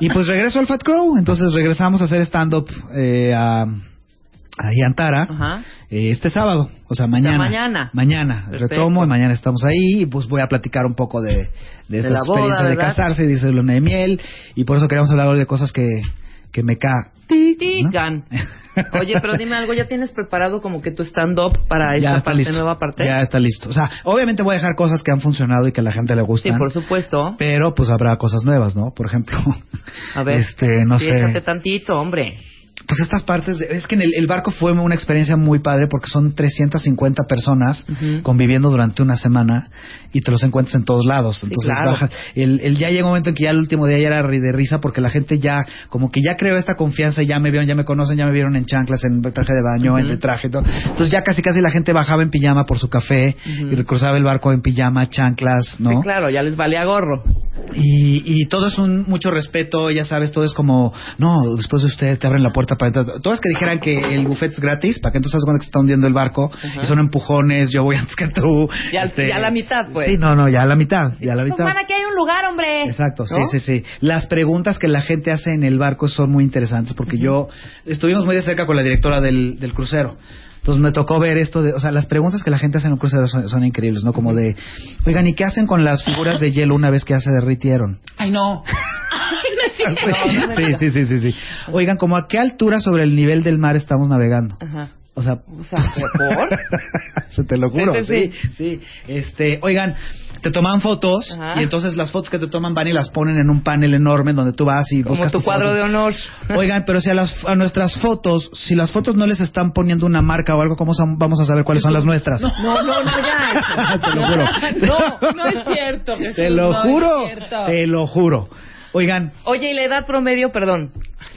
[SPEAKER 6] Y pues regreso al Fat Crow, entonces regresamos a hacer stand-up eh, a, a Yantara
[SPEAKER 4] Ajá.
[SPEAKER 6] eh, este sábado, o sea, mañana.
[SPEAKER 4] mañana.
[SPEAKER 6] Mañana,
[SPEAKER 4] Perfecto.
[SPEAKER 6] retomo y mañana estamos ahí y pues voy a platicar un poco de, de esta
[SPEAKER 4] la boda,
[SPEAKER 6] experiencia de
[SPEAKER 4] ¿verdad?
[SPEAKER 6] casarse, dice Luna de Miel, y por eso queríamos hablar hoy de cosas que, que me cagan.
[SPEAKER 4] Tigan. Oye, pero dime algo, ¿ya tienes preparado como que tu stand-up para
[SPEAKER 6] ya
[SPEAKER 4] esta
[SPEAKER 6] está
[SPEAKER 4] parte,
[SPEAKER 6] listo.
[SPEAKER 4] nueva parte?
[SPEAKER 6] Ya está listo. O sea, obviamente voy a dejar cosas que han funcionado y que a la gente le
[SPEAKER 4] sí,
[SPEAKER 6] gustan.
[SPEAKER 4] por supuesto.
[SPEAKER 6] Pero pues habrá cosas nuevas, ¿no? Por ejemplo,
[SPEAKER 4] A ver,
[SPEAKER 6] este, no
[SPEAKER 4] sí,
[SPEAKER 6] sé.
[SPEAKER 4] échate tantito, hombre.
[SPEAKER 6] Pues estas partes, de- es que en el, el barco fue una experiencia muy padre porque son 350 personas
[SPEAKER 4] Ujú.
[SPEAKER 6] conviviendo durante una semana y te los encuentras en todos lados. Entonces
[SPEAKER 4] claro.
[SPEAKER 6] bajas. El, el ya llega un momento en que ya el último día ya era ri- de risa porque la gente ya, como que ya creó esta confianza, ya me vieron, ya me conocen, ya me vieron en chanclas, en traje de baño, en de traje. y todo. Entonces ya casi casi la gente bajaba en pijama por su café y recruzaba el barco en pijama, chanclas, ¿no?
[SPEAKER 4] Sí, claro, ya les vale a gorro.
[SPEAKER 6] Y, y todo es un mucho respeto, ya sabes, todo es como, no, después de usted te abren la puerta para entrar. Todas que dijeran que el buffet es gratis, para que tú sabes cuando se está hundiendo el barco, y son empujones, yo voy antes que tú. este,
[SPEAKER 4] Ya- ya a la mitad, pues.
[SPEAKER 6] Sí, no, no, ya a la mitad, ya a la mitad.
[SPEAKER 5] Para que hay un lugar, hombre.
[SPEAKER 6] Exacto, sí,
[SPEAKER 4] ¿no?
[SPEAKER 6] sí, sí. Las preguntas que la gente hace en el barco son muy interesantes porque yo estuvimos muy de cerca con la directora del, del crucero. Entonces me tocó ver esto de, o sea, las preguntas que la gente hace en un crucero son, son increíbles, ¿no? Como de, oigan, ¿y qué hacen con las figuras de hielo una vez que ya se derritieron?
[SPEAKER 7] Ay, no.
[SPEAKER 6] sí, sí, sí, sí, sí. Oigan, ¿como a qué altura sobre el nivel del mar estamos navegando?
[SPEAKER 4] Ajá.
[SPEAKER 6] O sea,
[SPEAKER 4] O sea, ¿por?
[SPEAKER 6] se te lo juro,
[SPEAKER 4] Sí,
[SPEAKER 6] sí,
[SPEAKER 4] sí,
[SPEAKER 6] sí, Este, oigan, te toman fotos
[SPEAKER 4] Ajá.
[SPEAKER 6] y entonces las fotos que te toman van y las ponen en un panel enorme donde tú vas y
[SPEAKER 4] Como
[SPEAKER 6] buscas
[SPEAKER 4] tu cuadro
[SPEAKER 6] foto.
[SPEAKER 4] de honor.
[SPEAKER 6] Oigan, pero si a, las, a nuestras fotos, si las fotos no les están poniendo una marca o algo, ¿cómo son- vamos a saber cuáles son las nuestras?
[SPEAKER 4] No, no, no, ya.
[SPEAKER 6] te lo juro.
[SPEAKER 7] No, no es cierto. Jesús,
[SPEAKER 6] Te lo
[SPEAKER 7] no es
[SPEAKER 6] juro.
[SPEAKER 7] cierto.
[SPEAKER 6] Te lo juro. Oigan,
[SPEAKER 4] Oye, ¿y la edad promedio, perdón?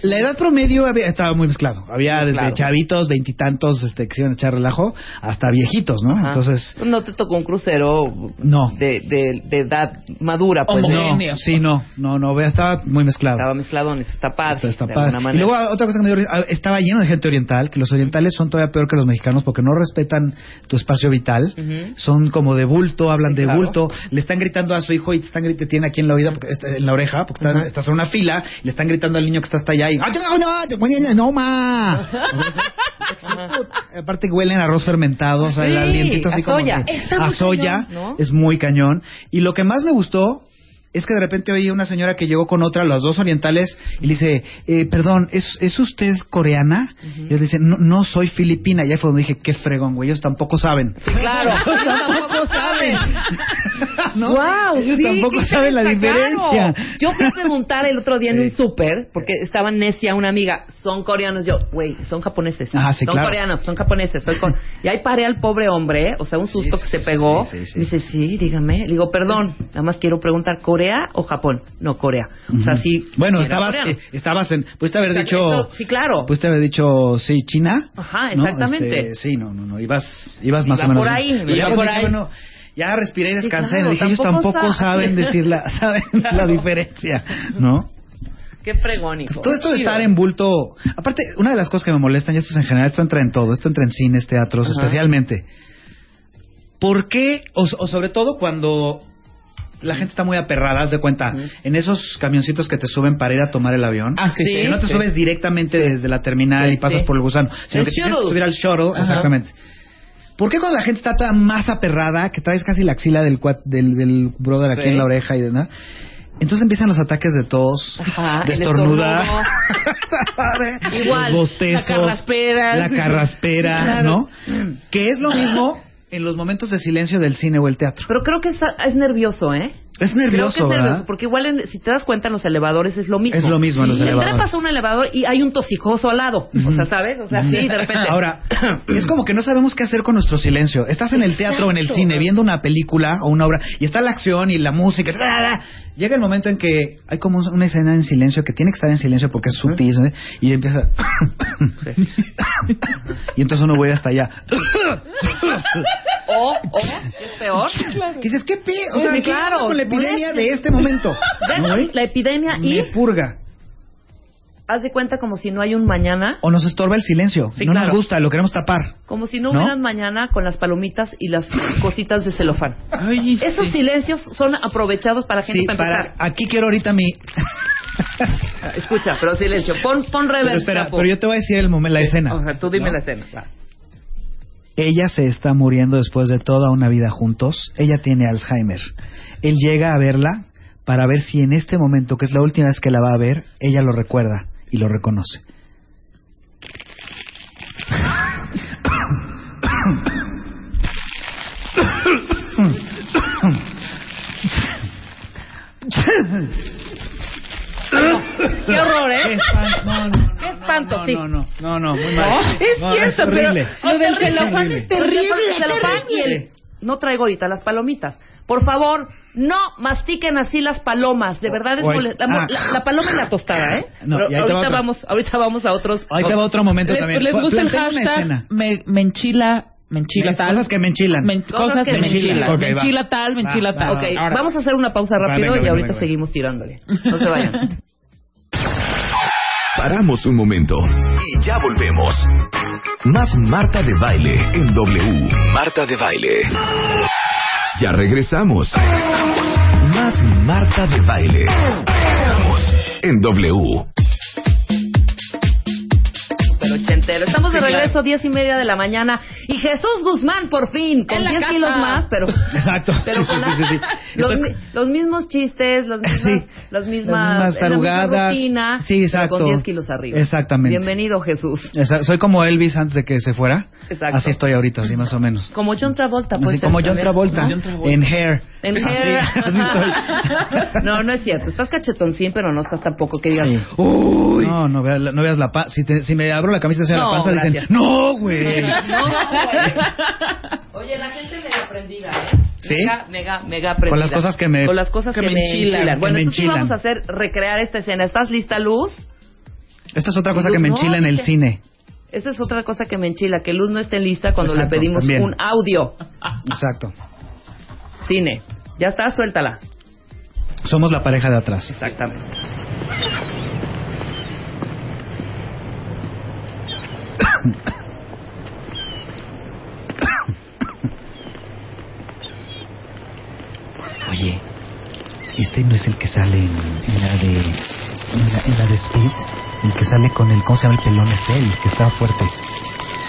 [SPEAKER 6] La edad promedio había- estaba muy mezclado. Había
[SPEAKER 4] Muy
[SPEAKER 6] desde
[SPEAKER 4] claro.
[SPEAKER 6] chavitos, veintitantos, este, que se iban a echar relajo, hasta viejitos, ¿no?
[SPEAKER 4] Ajá.
[SPEAKER 6] Ah, Entonces,
[SPEAKER 4] Ah, No te tocó un crucero
[SPEAKER 6] No.
[SPEAKER 4] de, de, de edad madura, pues.
[SPEAKER 7] Homo.
[SPEAKER 4] ¿no?
[SPEAKER 6] no,
[SPEAKER 7] Millennials.
[SPEAKER 6] sí, no, no, no, vea, estaba muy mezclado.
[SPEAKER 4] Estaba mezclado en eso. Está padre.
[SPEAKER 6] Está, está
[SPEAKER 4] de
[SPEAKER 6] padre.
[SPEAKER 4] alguna
[SPEAKER 6] Y
[SPEAKER 4] manera.
[SPEAKER 6] luego ah, otra cosa que me dio risa, ah, estaba lleno de gente oriental, que los orientales son todavía peor que los mexicanos porque no respetan tu espacio vital,
[SPEAKER 4] Ujú.
[SPEAKER 6] son como de bulto, hablan
[SPEAKER 4] Sí,
[SPEAKER 6] de
[SPEAKER 4] claro.
[SPEAKER 6] bulto, le están gritando a su hijo y te están gri- te tienen aquí en la oída, porque, este, en la oreja, porque están-
[SPEAKER 4] Ujú.
[SPEAKER 6] estás en una fila, y le están gritando al niño que está hasta allá y "Ah, no, no, no, ma". O sea, es- Aparte huelen a arroz fermentado, o sea, el
[SPEAKER 4] Sí,
[SPEAKER 6] alientito así
[SPEAKER 4] a
[SPEAKER 6] como
[SPEAKER 4] soya.
[SPEAKER 6] que-
[SPEAKER 4] Está muy
[SPEAKER 6] a soya,
[SPEAKER 4] cañón, ¿no?
[SPEAKER 6] es muy cañón. Y lo que más me gustó es que de repente oí una señora que llegó con otra, las dos orientales, y le dice, eh, perdón, ¿es, ¿es usted coreana? Y ellos le dicen, no, no soy filipina. Y ahí fue donde dije, qué fregón, güey, ellos tampoco saben.
[SPEAKER 4] Sí, claro.
[SPEAKER 6] Ellos tampoco saben. ¿No?
[SPEAKER 4] Guau,
[SPEAKER 6] ellos
[SPEAKER 4] sí,
[SPEAKER 6] tampoco
[SPEAKER 4] qué
[SPEAKER 6] saben la
[SPEAKER 4] destacado.
[SPEAKER 6] diferencia.
[SPEAKER 4] Yo fui a preguntar el otro día en
[SPEAKER 6] Sí.
[SPEAKER 4] un súper, porque estaba necia una amiga, son coreanos, yo, güey, son japoneses,
[SPEAKER 6] Ah, sí,
[SPEAKER 4] son
[SPEAKER 6] claro.
[SPEAKER 4] coreanos, son japoneses, soy con... Y ahí paré al pobre hombre, o sea, un susto
[SPEAKER 6] Sí,
[SPEAKER 4] que
[SPEAKER 6] sí,
[SPEAKER 4] se
[SPEAKER 6] sí,
[SPEAKER 4] pegó,
[SPEAKER 6] sí, sí, sí.
[SPEAKER 4] Me dice, sí, dígame, le digo, perdón, nada más quiero preguntar, ¿Corea o Japón? No, Corea, o sea, sí.
[SPEAKER 6] Bueno,
[SPEAKER 4] era
[SPEAKER 6] estabas,
[SPEAKER 4] coreano.
[SPEAKER 6] eh, estabas en. Pudiste haber
[SPEAKER 4] O sea,
[SPEAKER 6] dicho. pues,
[SPEAKER 4] esto- sí, claro.
[SPEAKER 6] Pudiste haber dicho, sí, China.
[SPEAKER 4] Ajá,
[SPEAKER 6] ¿no?
[SPEAKER 4] exactamente.
[SPEAKER 6] Este, sí, no, no, no. Ibas, ibas más
[SPEAKER 4] Iba
[SPEAKER 6] o menos.
[SPEAKER 4] por ahí,
[SPEAKER 6] bien. Pero
[SPEAKER 4] iba
[SPEAKER 6] ya
[SPEAKER 4] por
[SPEAKER 6] cuando dije,
[SPEAKER 4] ahí.
[SPEAKER 6] bueno, ya respiré y descansé.
[SPEAKER 4] claro,
[SPEAKER 6] dije, ellos
[SPEAKER 4] tampoco
[SPEAKER 6] tampoco
[SPEAKER 4] saben.
[SPEAKER 6] saben decir la, saben la diferencia, ¿no?
[SPEAKER 4] Qué fregón, hijo.
[SPEAKER 6] Pues todo esto de
[SPEAKER 4] Chido.
[SPEAKER 6] estar en bulto. Aparte, una de las cosas que me molestan, y esto es en general, esto entra en todo, esto entra en cines, teatros,
[SPEAKER 4] Ajá.
[SPEAKER 6] especialmente. ¿Por qué? O, o sobre todo cuando la gente está muy aperrada, haz de cuenta,
[SPEAKER 4] Ujú.
[SPEAKER 6] en esos camioncitos que te suben para ir a tomar el avión.
[SPEAKER 7] Ah, sí,
[SPEAKER 4] Sí.
[SPEAKER 7] sí.
[SPEAKER 6] Que no te
[SPEAKER 7] sí.
[SPEAKER 6] subes directamente desde la terminal
[SPEAKER 4] Sí,
[SPEAKER 6] y pasas
[SPEAKER 4] sí.
[SPEAKER 6] por el gusano, sino
[SPEAKER 4] El
[SPEAKER 6] que tienes que
[SPEAKER 4] shuttle.
[SPEAKER 6] subir al shuttle,
[SPEAKER 4] Ajá.
[SPEAKER 6] exactamente. ¿Por qué cuando la gente está toda más aperrada, que traes casi la axila del, cuat- del, del brother aquí
[SPEAKER 4] Sí.
[SPEAKER 6] en la oreja y demás? Entonces empiezan los ataques de tos,
[SPEAKER 4] Ajá,
[SPEAKER 6] de
[SPEAKER 4] el
[SPEAKER 6] estornudar,
[SPEAKER 4] Igual,
[SPEAKER 6] los bostezos,
[SPEAKER 4] la carraspera.
[SPEAKER 6] la carraspera,
[SPEAKER 4] Claro. Mm.
[SPEAKER 6] ¿no? Que es lo mismo en los momentos de silencio del cine o el teatro.
[SPEAKER 4] Pero creo que es, es nervioso, ¿eh?
[SPEAKER 6] Es
[SPEAKER 4] Creo que es
[SPEAKER 6] nervioso,
[SPEAKER 4] nervioso,
[SPEAKER 6] ¿verdad?
[SPEAKER 4] porque igual en- si te das cuenta en los elevadores es lo mismo.
[SPEAKER 6] Es lo mismo en los
[SPEAKER 4] Te
[SPEAKER 6] elevadores.
[SPEAKER 4] trepas a un elevador y hay un tosijoso al lado. O sea, ¿sabes? O sea, sí, de repente.
[SPEAKER 6] Ahora, es como que no sabemos qué hacer con nuestro silencio. Estás en el teatro o en el
[SPEAKER 4] Exacto.
[SPEAKER 6] cine viendo una película o una obra y está la acción y la música. ta, ta, ta. Llega el momento en que hay como un- una escena en silencio que tiene que estar en silencio porque es sutil ¿eh? y empieza. y entonces uno voy hasta allá.
[SPEAKER 4] O, o, es peor.
[SPEAKER 6] Que dices, ¿qué pe? O
[SPEAKER 4] Sí,
[SPEAKER 6] sea, ¿qué
[SPEAKER 4] claro,
[SPEAKER 6] onda con la epidemia
[SPEAKER 4] molestia.
[SPEAKER 6] de este momento?
[SPEAKER 4] ¿Ves?
[SPEAKER 6] ¿No, güey?
[SPEAKER 4] La epidemia y
[SPEAKER 6] Me purga.
[SPEAKER 4] haz de cuenta como si no hay un mañana.
[SPEAKER 6] O nos estorba el silencio.
[SPEAKER 4] Sí,
[SPEAKER 6] no
[SPEAKER 4] claro.
[SPEAKER 6] nos gusta, lo queremos tapar.
[SPEAKER 4] Como si no
[SPEAKER 6] ¿No?
[SPEAKER 4] hubieran mañana con las palomitas y las cositas de celofán.
[SPEAKER 7] Ay,
[SPEAKER 4] Esos
[SPEAKER 7] sí.
[SPEAKER 4] silencios son aprovechados para gente
[SPEAKER 6] Sí,
[SPEAKER 4] para
[SPEAKER 6] para.
[SPEAKER 4] empezar.
[SPEAKER 6] Aquí quiero ahorita mi.
[SPEAKER 4] Escucha, pero silencio. Pon, pon reversa.
[SPEAKER 6] Pero espera, pero yo te voy a decir el momento, la escena.
[SPEAKER 7] O sea, tú dime
[SPEAKER 6] ¿no?
[SPEAKER 7] la escena. va.
[SPEAKER 6] Ella se está muriendo después de toda una vida juntos. Ella tiene Alzheimer. Él llega a verla para ver si en este momento, que es la última vez que la va a ver, ella lo recuerda y lo reconoce.
[SPEAKER 4] Qué horror, ¿eh?
[SPEAKER 6] Qué espan- no, no, no,
[SPEAKER 4] Qué espanto,
[SPEAKER 6] no,
[SPEAKER 4] sí.
[SPEAKER 6] No, no, no, no, muy mal.
[SPEAKER 7] No, es
[SPEAKER 6] No,
[SPEAKER 7] cierto,
[SPEAKER 6] horrible.
[SPEAKER 7] pero lo del
[SPEAKER 6] horrible.
[SPEAKER 7] celofán es terrible,
[SPEAKER 4] Porque aparte se lo van y el-
[SPEAKER 7] terrible.
[SPEAKER 4] No traigo ahorita las palomitas. Por favor, no mastiquen así las palomas. De verdad es
[SPEAKER 6] Oye,
[SPEAKER 4] mole- la, mo-
[SPEAKER 6] ah.
[SPEAKER 4] la- la paloma y la tostada, ¿eh?
[SPEAKER 6] No,
[SPEAKER 4] Pero
[SPEAKER 6] y ahí te va
[SPEAKER 4] ahorita
[SPEAKER 6] otra.
[SPEAKER 4] vamos, ahorita vamos a otros.
[SPEAKER 6] Ahí te va otro momento
[SPEAKER 7] ¿Les,
[SPEAKER 6] también.
[SPEAKER 7] les
[SPEAKER 6] Pla-
[SPEAKER 7] gusta el
[SPEAKER 6] plantea una escena.
[SPEAKER 7] hashtag? Me, me enchila, me enchila
[SPEAKER 6] Me-
[SPEAKER 7] tal.
[SPEAKER 6] cosas que me enchilan.
[SPEAKER 7] Men-
[SPEAKER 4] Cosas
[SPEAKER 7] cosas
[SPEAKER 4] que
[SPEAKER 7] que me
[SPEAKER 4] me
[SPEAKER 7] enchilan.
[SPEAKER 6] enchilan.
[SPEAKER 7] Me
[SPEAKER 6] Ok, va.
[SPEAKER 7] enchila tal, me
[SPEAKER 6] Va,
[SPEAKER 7] enchila
[SPEAKER 6] va,
[SPEAKER 7] tal.
[SPEAKER 4] Ok,
[SPEAKER 6] ahora.
[SPEAKER 4] vamos a hacer una pausa
[SPEAKER 6] Va,
[SPEAKER 4] rápido
[SPEAKER 6] venga,
[SPEAKER 4] y
[SPEAKER 6] venga,
[SPEAKER 4] ahorita
[SPEAKER 6] venga, venga.
[SPEAKER 4] seguimos tirándole. No se vayan.
[SPEAKER 1] Paramos un momento y ya volvemos. Más Marta de Baile en W. Marta de Baile. Ya regresamos. Más Marta de Baile. Regresamos en W.
[SPEAKER 4] Pero ochentero. Estamos de regreso, diez y media de la mañana. Y Jesús Guzmán, por fin, con
[SPEAKER 7] En la
[SPEAKER 4] 10
[SPEAKER 7] casa.
[SPEAKER 4] kilos más, pero.
[SPEAKER 6] Exacto.
[SPEAKER 4] Pero
[SPEAKER 6] Sí,
[SPEAKER 4] con
[SPEAKER 6] sí,
[SPEAKER 4] la-
[SPEAKER 6] sí, sí.
[SPEAKER 4] Los,
[SPEAKER 6] Estoy-
[SPEAKER 4] mi- los mismos chistes, los mismas,
[SPEAKER 6] Sí.
[SPEAKER 4] las
[SPEAKER 6] Las
[SPEAKER 4] mismas,
[SPEAKER 6] mismas
[SPEAKER 4] la misma
[SPEAKER 6] tarugadas.
[SPEAKER 4] rutina,
[SPEAKER 6] Sí,
[SPEAKER 4] pero
[SPEAKER 6] exacto.
[SPEAKER 4] con 10 kilos arriba.
[SPEAKER 6] Exactamente.
[SPEAKER 4] Bienvenido, Jesús.
[SPEAKER 6] Esa- soy como Elvis antes de que se fuera.
[SPEAKER 4] Exacto.
[SPEAKER 6] Así estoy ahorita, así más o menos.
[SPEAKER 4] Como John Travolta, pues.
[SPEAKER 6] Así como John Travolta,
[SPEAKER 7] John Travolta.
[SPEAKER 6] en Hair.
[SPEAKER 4] En
[SPEAKER 6] Así, así estoy.
[SPEAKER 4] No, no es cierto. Estás cachetoncín, pero no estás tampoco que digas.
[SPEAKER 6] Sí.
[SPEAKER 4] Uy.
[SPEAKER 6] No, no, veas la- no veas la paz. Si, te- si me abro la camisa y te enseño
[SPEAKER 4] No,
[SPEAKER 6] la panza,
[SPEAKER 4] gracias.
[SPEAKER 6] dicen, no, güey.
[SPEAKER 4] "Eh, No, güey. Oye, la gente mega aprendida, ¿eh?
[SPEAKER 6] ¿Sí?
[SPEAKER 4] Mega, mega, mega aprendida.
[SPEAKER 6] Con las cosas que me-
[SPEAKER 4] Con las cosas que,
[SPEAKER 7] que
[SPEAKER 4] me
[SPEAKER 7] me enchilan,
[SPEAKER 4] enchilan.
[SPEAKER 7] que
[SPEAKER 4] Bueno,
[SPEAKER 6] me
[SPEAKER 4] entonces sí
[SPEAKER 6] enchilan.
[SPEAKER 4] vamos a hacer, recrear esta escena. ¿Estás lista, Luz?
[SPEAKER 6] Esta es otra cosa
[SPEAKER 4] Luz,
[SPEAKER 6] que me
[SPEAKER 4] no,
[SPEAKER 6] enchila en el
[SPEAKER 4] dice-
[SPEAKER 6] cine.
[SPEAKER 4] Esta es otra cosa que me enchila, que Luz no esté lista cuando
[SPEAKER 6] Exacto,
[SPEAKER 4] le pedimos
[SPEAKER 6] también.
[SPEAKER 4] un audio.
[SPEAKER 6] Exacto.
[SPEAKER 4] Cine. Ya está, suéltala.
[SPEAKER 6] Somos la pareja de atrás.
[SPEAKER 4] Exactamente.
[SPEAKER 6] Oye, este no es el que sale en, en la de. En la, en la de Speed. El que sale con el. ¿Cómo se llama el pelón este? El que está fuerte.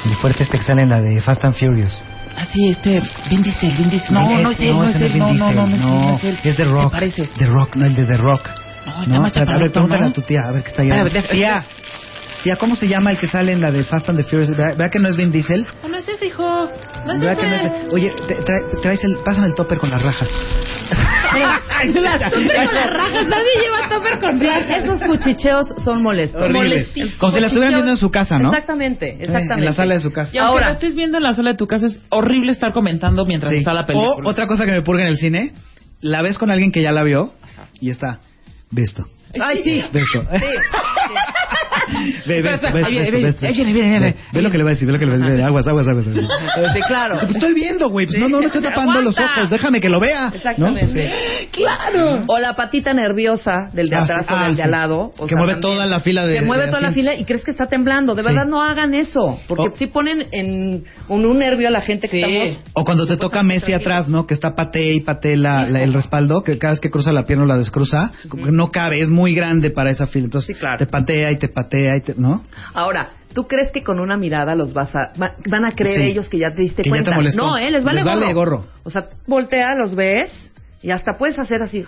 [SPEAKER 6] El fuerte este que sale en la de Fast and Furious.
[SPEAKER 7] Ah, sí, este, Vin Diesel, Vin Diesel. No, no es él, no es
[SPEAKER 6] ese
[SPEAKER 7] él,
[SPEAKER 6] Vin
[SPEAKER 7] no, no,
[SPEAKER 6] Diesel,
[SPEAKER 7] no, no es él, no es él.
[SPEAKER 6] es The Rock.
[SPEAKER 7] Se parece.
[SPEAKER 6] The Rock, no, el de The Rock.
[SPEAKER 7] No,
[SPEAKER 6] Ah,
[SPEAKER 7] está más
[SPEAKER 6] a ver,
[SPEAKER 7] chaparrito,
[SPEAKER 6] pregúntale
[SPEAKER 7] ¿no?
[SPEAKER 6] a tu tía, a ver qué está allá.
[SPEAKER 7] Espérame, deja-
[SPEAKER 6] Tía, tía, ¿cómo se llama el que sale en la de Fast and the Furious? ¿Verdad, verdad que no es Vin Diesel?
[SPEAKER 5] No es ese, hijo. No
[SPEAKER 6] ¿Verdad que no es- Oye, te- tra- traes el, pásame el topper con las rajas.
[SPEAKER 5] Nadie lleva topper con
[SPEAKER 4] Sí, esos cuchicheos son molestos.
[SPEAKER 6] Horribles.
[SPEAKER 4] Molestísimos.
[SPEAKER 6] Como si la estuvieran viendo en su casa, ¿no?
[SPEAKER 4] Exactamente, exactamente.
[SPEAKER 6] En la sala de su casa.
[SPEAKER 7] Y aunque
[SPEAKER 4] Ahora.
[SPEAKER 7] la estés viendo en la sala de tu casa, es horrible estar comentando mientras
[SPEAKER 6] Sí.
[SPEAKER 7] está la película.
[SPEAKER 6] O otra cosa que me purga en el cine, la ves con alguien que ya la vio y está, ve esto,
[SPEAKER 4] Ay, sí.
[SPEAKER 6] ve esto.
[SPEAKER 4] Sí.
[SPEAKER 6] Ve, ve, esto, ve,
[SPEAKER 7] Ahí viene,
[SPEAKER 6] esto, ve, esto,
[SPEAKER 7] ahí
[SPEAKER 6] ve,
[SPEAKER 7] viene, ahí viene, ahí viene.
[SPEAKER 6] Ve, ve lo que le va a decir, ve lo que le va a decir. Ve, Aguas, aguas, aguas. aguas.
[SPEAKER 4] Sí, claro.
[SPEAKER 6] Pues estoy viendo, güey. Pues no, no, no estoy tapando los
[SPEAKER 4] Aguanta.
[SPEAKER 6] ojos. Déjame que lo vea. ¿no?
[SPEAKER 4] Exactamente.
[SPEAKER 7] Claro.
[SPEAKER 4] O la patita nerviosa del de
[SPEAKER 6] Ah,
[SPEAKER 4] atrás
[SPEAKER 6] sí,
[SPEAKER 4] o
[SPEAKER 6] ah,
[SPEAKER 4] del de al
[SPEAKER 6] sí.
[SPEAKER 4] lado. o
[SPEAKER 6] Que
[SPEAKER 4] sea,
[SPEAKER 6] mueve
[SPEAKER 4] también.
[SPEAKER 6] toda la fila de-
[SPEAKER 4] Que mueve
[SPEAKER 6] de
[SPEAKER 4] toda la
[SPEAKER 6] asientos.
[SPEAKER 4] fila y crees que está temblando. De
[SPEAKER 6] Sí. Oh.
[SPEAKER 4] verdad, no hagan eso. Porque
[SPEAKER 6] O-
[SPEAKER 4] sí ponen en un, un nervio a la gente que
[SPEAKER 7] Sí.
[SPEAKER 4] estamos...
[SPEAKER 6] O cuando te toca Messi atrás, ¿no? Que está pateé y pateé la- la- el respaldo, que cada vez que cruza la pierna o la descruza, como que no cabe, es muy grande para esa fila. Entonces
[SPEAKER 4] Sí, claro.
[SPEAKER 6] te patea y te patea y te, ¿no?
[SPEAKER 4] Ahora, ¿tú crees que con una mirada los vas a... va- van a creer
[SPEAKER 6] Sí.
[SPEAKER 4] ellos que ya te diste
[SPEAKER 6] Que ya
[SPEAKER 4] cuenta?
[SPEAKER 6] te molestó.
[SPEAKER 4] no, ¿eh? Les vale,
[SPEAKER 6] Les vale gorro.
[SPEAKER 4] O sea, voltea, los ves y hasta puedes hacer así.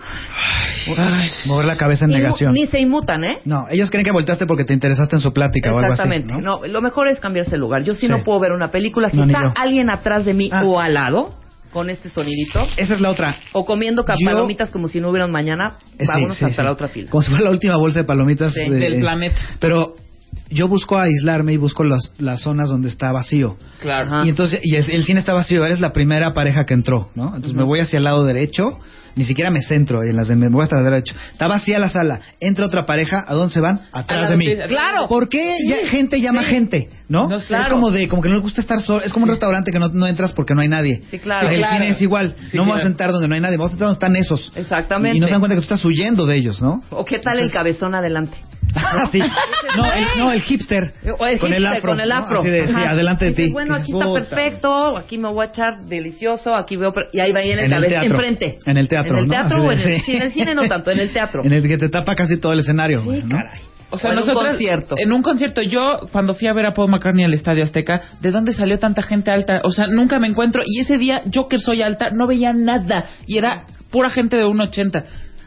[SPEAKER 6] Mover la cabeza en
[SPEAKER 4] Inmu-
[SPEAKER 6] negación.
[SPEAKER 4] Ni se inmutan, ¿eh?
[SPEAKER 6] No, ellos creen que volteaste porque te interesaste en su plática o algo así.
[SPEAKER 4] Exactamente.
[SPEAKER 6] ¿no?
[SPEAKER 4] ¿no? lo mejor es cambiarse el lugar. Yo sí,
[SPEAKER 6] Sí.
[SPEAKER 4] no puedo ver una película. Si
[SPEAKER 6] No, ni
[SPEAKER 4] está
[SPEAKER 6] yo.
[SPEAKER 4] alguien atrás de mí
[SPEAKER 6] Ah.
[SPEAKER 4] o al lado, con este sonidito.
[SPEAKER 6] Esa es la otra.
[SPEAKER 4] O comiendo ca-
[SPEAKER 6] Yo-
[SPEAKER 4] palomitas como si no hubiera un mañana.
[SPEAKER 6] Eh, sí,
[SPEAKER 4] Vámonos
[SPEAKER 6] sí,
[SPEAKER 4] hasta
[SPEAKER 6] sí.
[SPEAKER 4] la otra fila.
[SPEAKER 6] Como si fuera la última bolsa de palomitas
[SPEAKER 4] Sí,
[SPEAKER 6] de-
[SPEAKER 7] del planeta.
[SPEAKER 6] Pero yo busco aislarme y busco las, las zonas donde está vacío.
[SPEAKER 7] Claro.
[SPEAKER 4] Ajá.
[SPEAKER 6] Y entonces, y es- el cine está vacío, eres la primera pareja que entró, ¿no? Entonces me voy hacia el lado derecho, ni siquiera me centro en las de me voy hasta el lado derecho. Está vacía la sala, entra otra pareja, ¿a dónde se van? Atrás
[SPEAKER 7] Ah, la
[SPEAKER 6] de mí.
[SPEAKER 7] de-
[SPEAKER 4] Claro.
[SPEAKER 6] ¿Por qué ya gente llama gente, no?
[SPEAKER 7] No,
[SPEAKER 6] Es
[SPEAKER 7] claro.
[SPEAKER 6] como de, como que no les gusta estar solo, es como un restaurante que no, no entras porque no hay nadie.
[SPEAKER 4] Sí, claro.
[SPEAKER 6] El
[SPEAKER 4] Sí,
[SPEAKER 7] claro.
[SPEAKER 6] cine es igual,
[SPEAKER 7] Sí,
[SPEAKER 6] no me voy a
[SPEAKER 7] claro.
[SPEAKER 6] sentar donde no hay nadie, me voy a sentar donde están esos.
[SPEAKER 4] Exactamente.
[SPEAKER 6] Y no se dan cuenta que tú estás huyendo de ellos, ¿no?
[SPEAKER 4] ¿O qué tal el cabezón adelante?
[SPEAKER 6] Ah, sí. No, el, no, el hipster.
[SPEAKER 4] O el
[SPEAKER 6] con el
[SPEAKER 4] hipster,
[SPEAKER 6] afro.
[SPEAKER 4] con el
[SPEAKER 6] ¿no?
[SPEAKER 4] afro.
[SPEAKER 6] Así de, sí,
[SPEAKER 4] Ajá.
[SPEAKER 6] adelante de
[SPEAKER 4] Dices,
[SPEAKER 6] ti.
[SPEAKER 4] Bueno, aquí
[SPEAKER 6] Dices,
[SPEAKER 4] está
[SPEAKER 6] puta.
[SPEAKER 4] perfecto, aquí me voy a echar delicioso, aquí veo... per- Y ahí va ahí en el,
[SPEAKER 6] En el
[SPEAKER 4] cabezón,
[SPEAKER 6] teatro.
[SPEAKER 4] enfrente.
[SPEAKER 6] En el teatro,
[SPEAKER 4] En el
[SPEAKER 6] ¿no?
[SPEAKER 4] teatro
[SPEAKER 6] Así
[SPEAKER 4] o
[SPEAKER 6] de-
[SPEAKER 4] en el,
[SPEAKER 6] sí.
[SPEAKER 4] sí, en el cine no tanto, en el teatro.
[SPEAKER 6] En el que te tapa casi todo el escenario, güey, ¿no?
[SPEAKER 7] O sea,
[SPEAKER 4] O en un
[SPEAKER 7] nosotras-
[SPEAKER 4] concierto.
[SPEAKER 7] En un concierto. Yo, cuando fui a ver a Paul McCartney al Estadio Azteca, ¿de dónde salió tanta gente alta? O sea, nunca me encuentro. Y ese día, yo que soy alta, no veía nada. Y era pura gente de 1,80.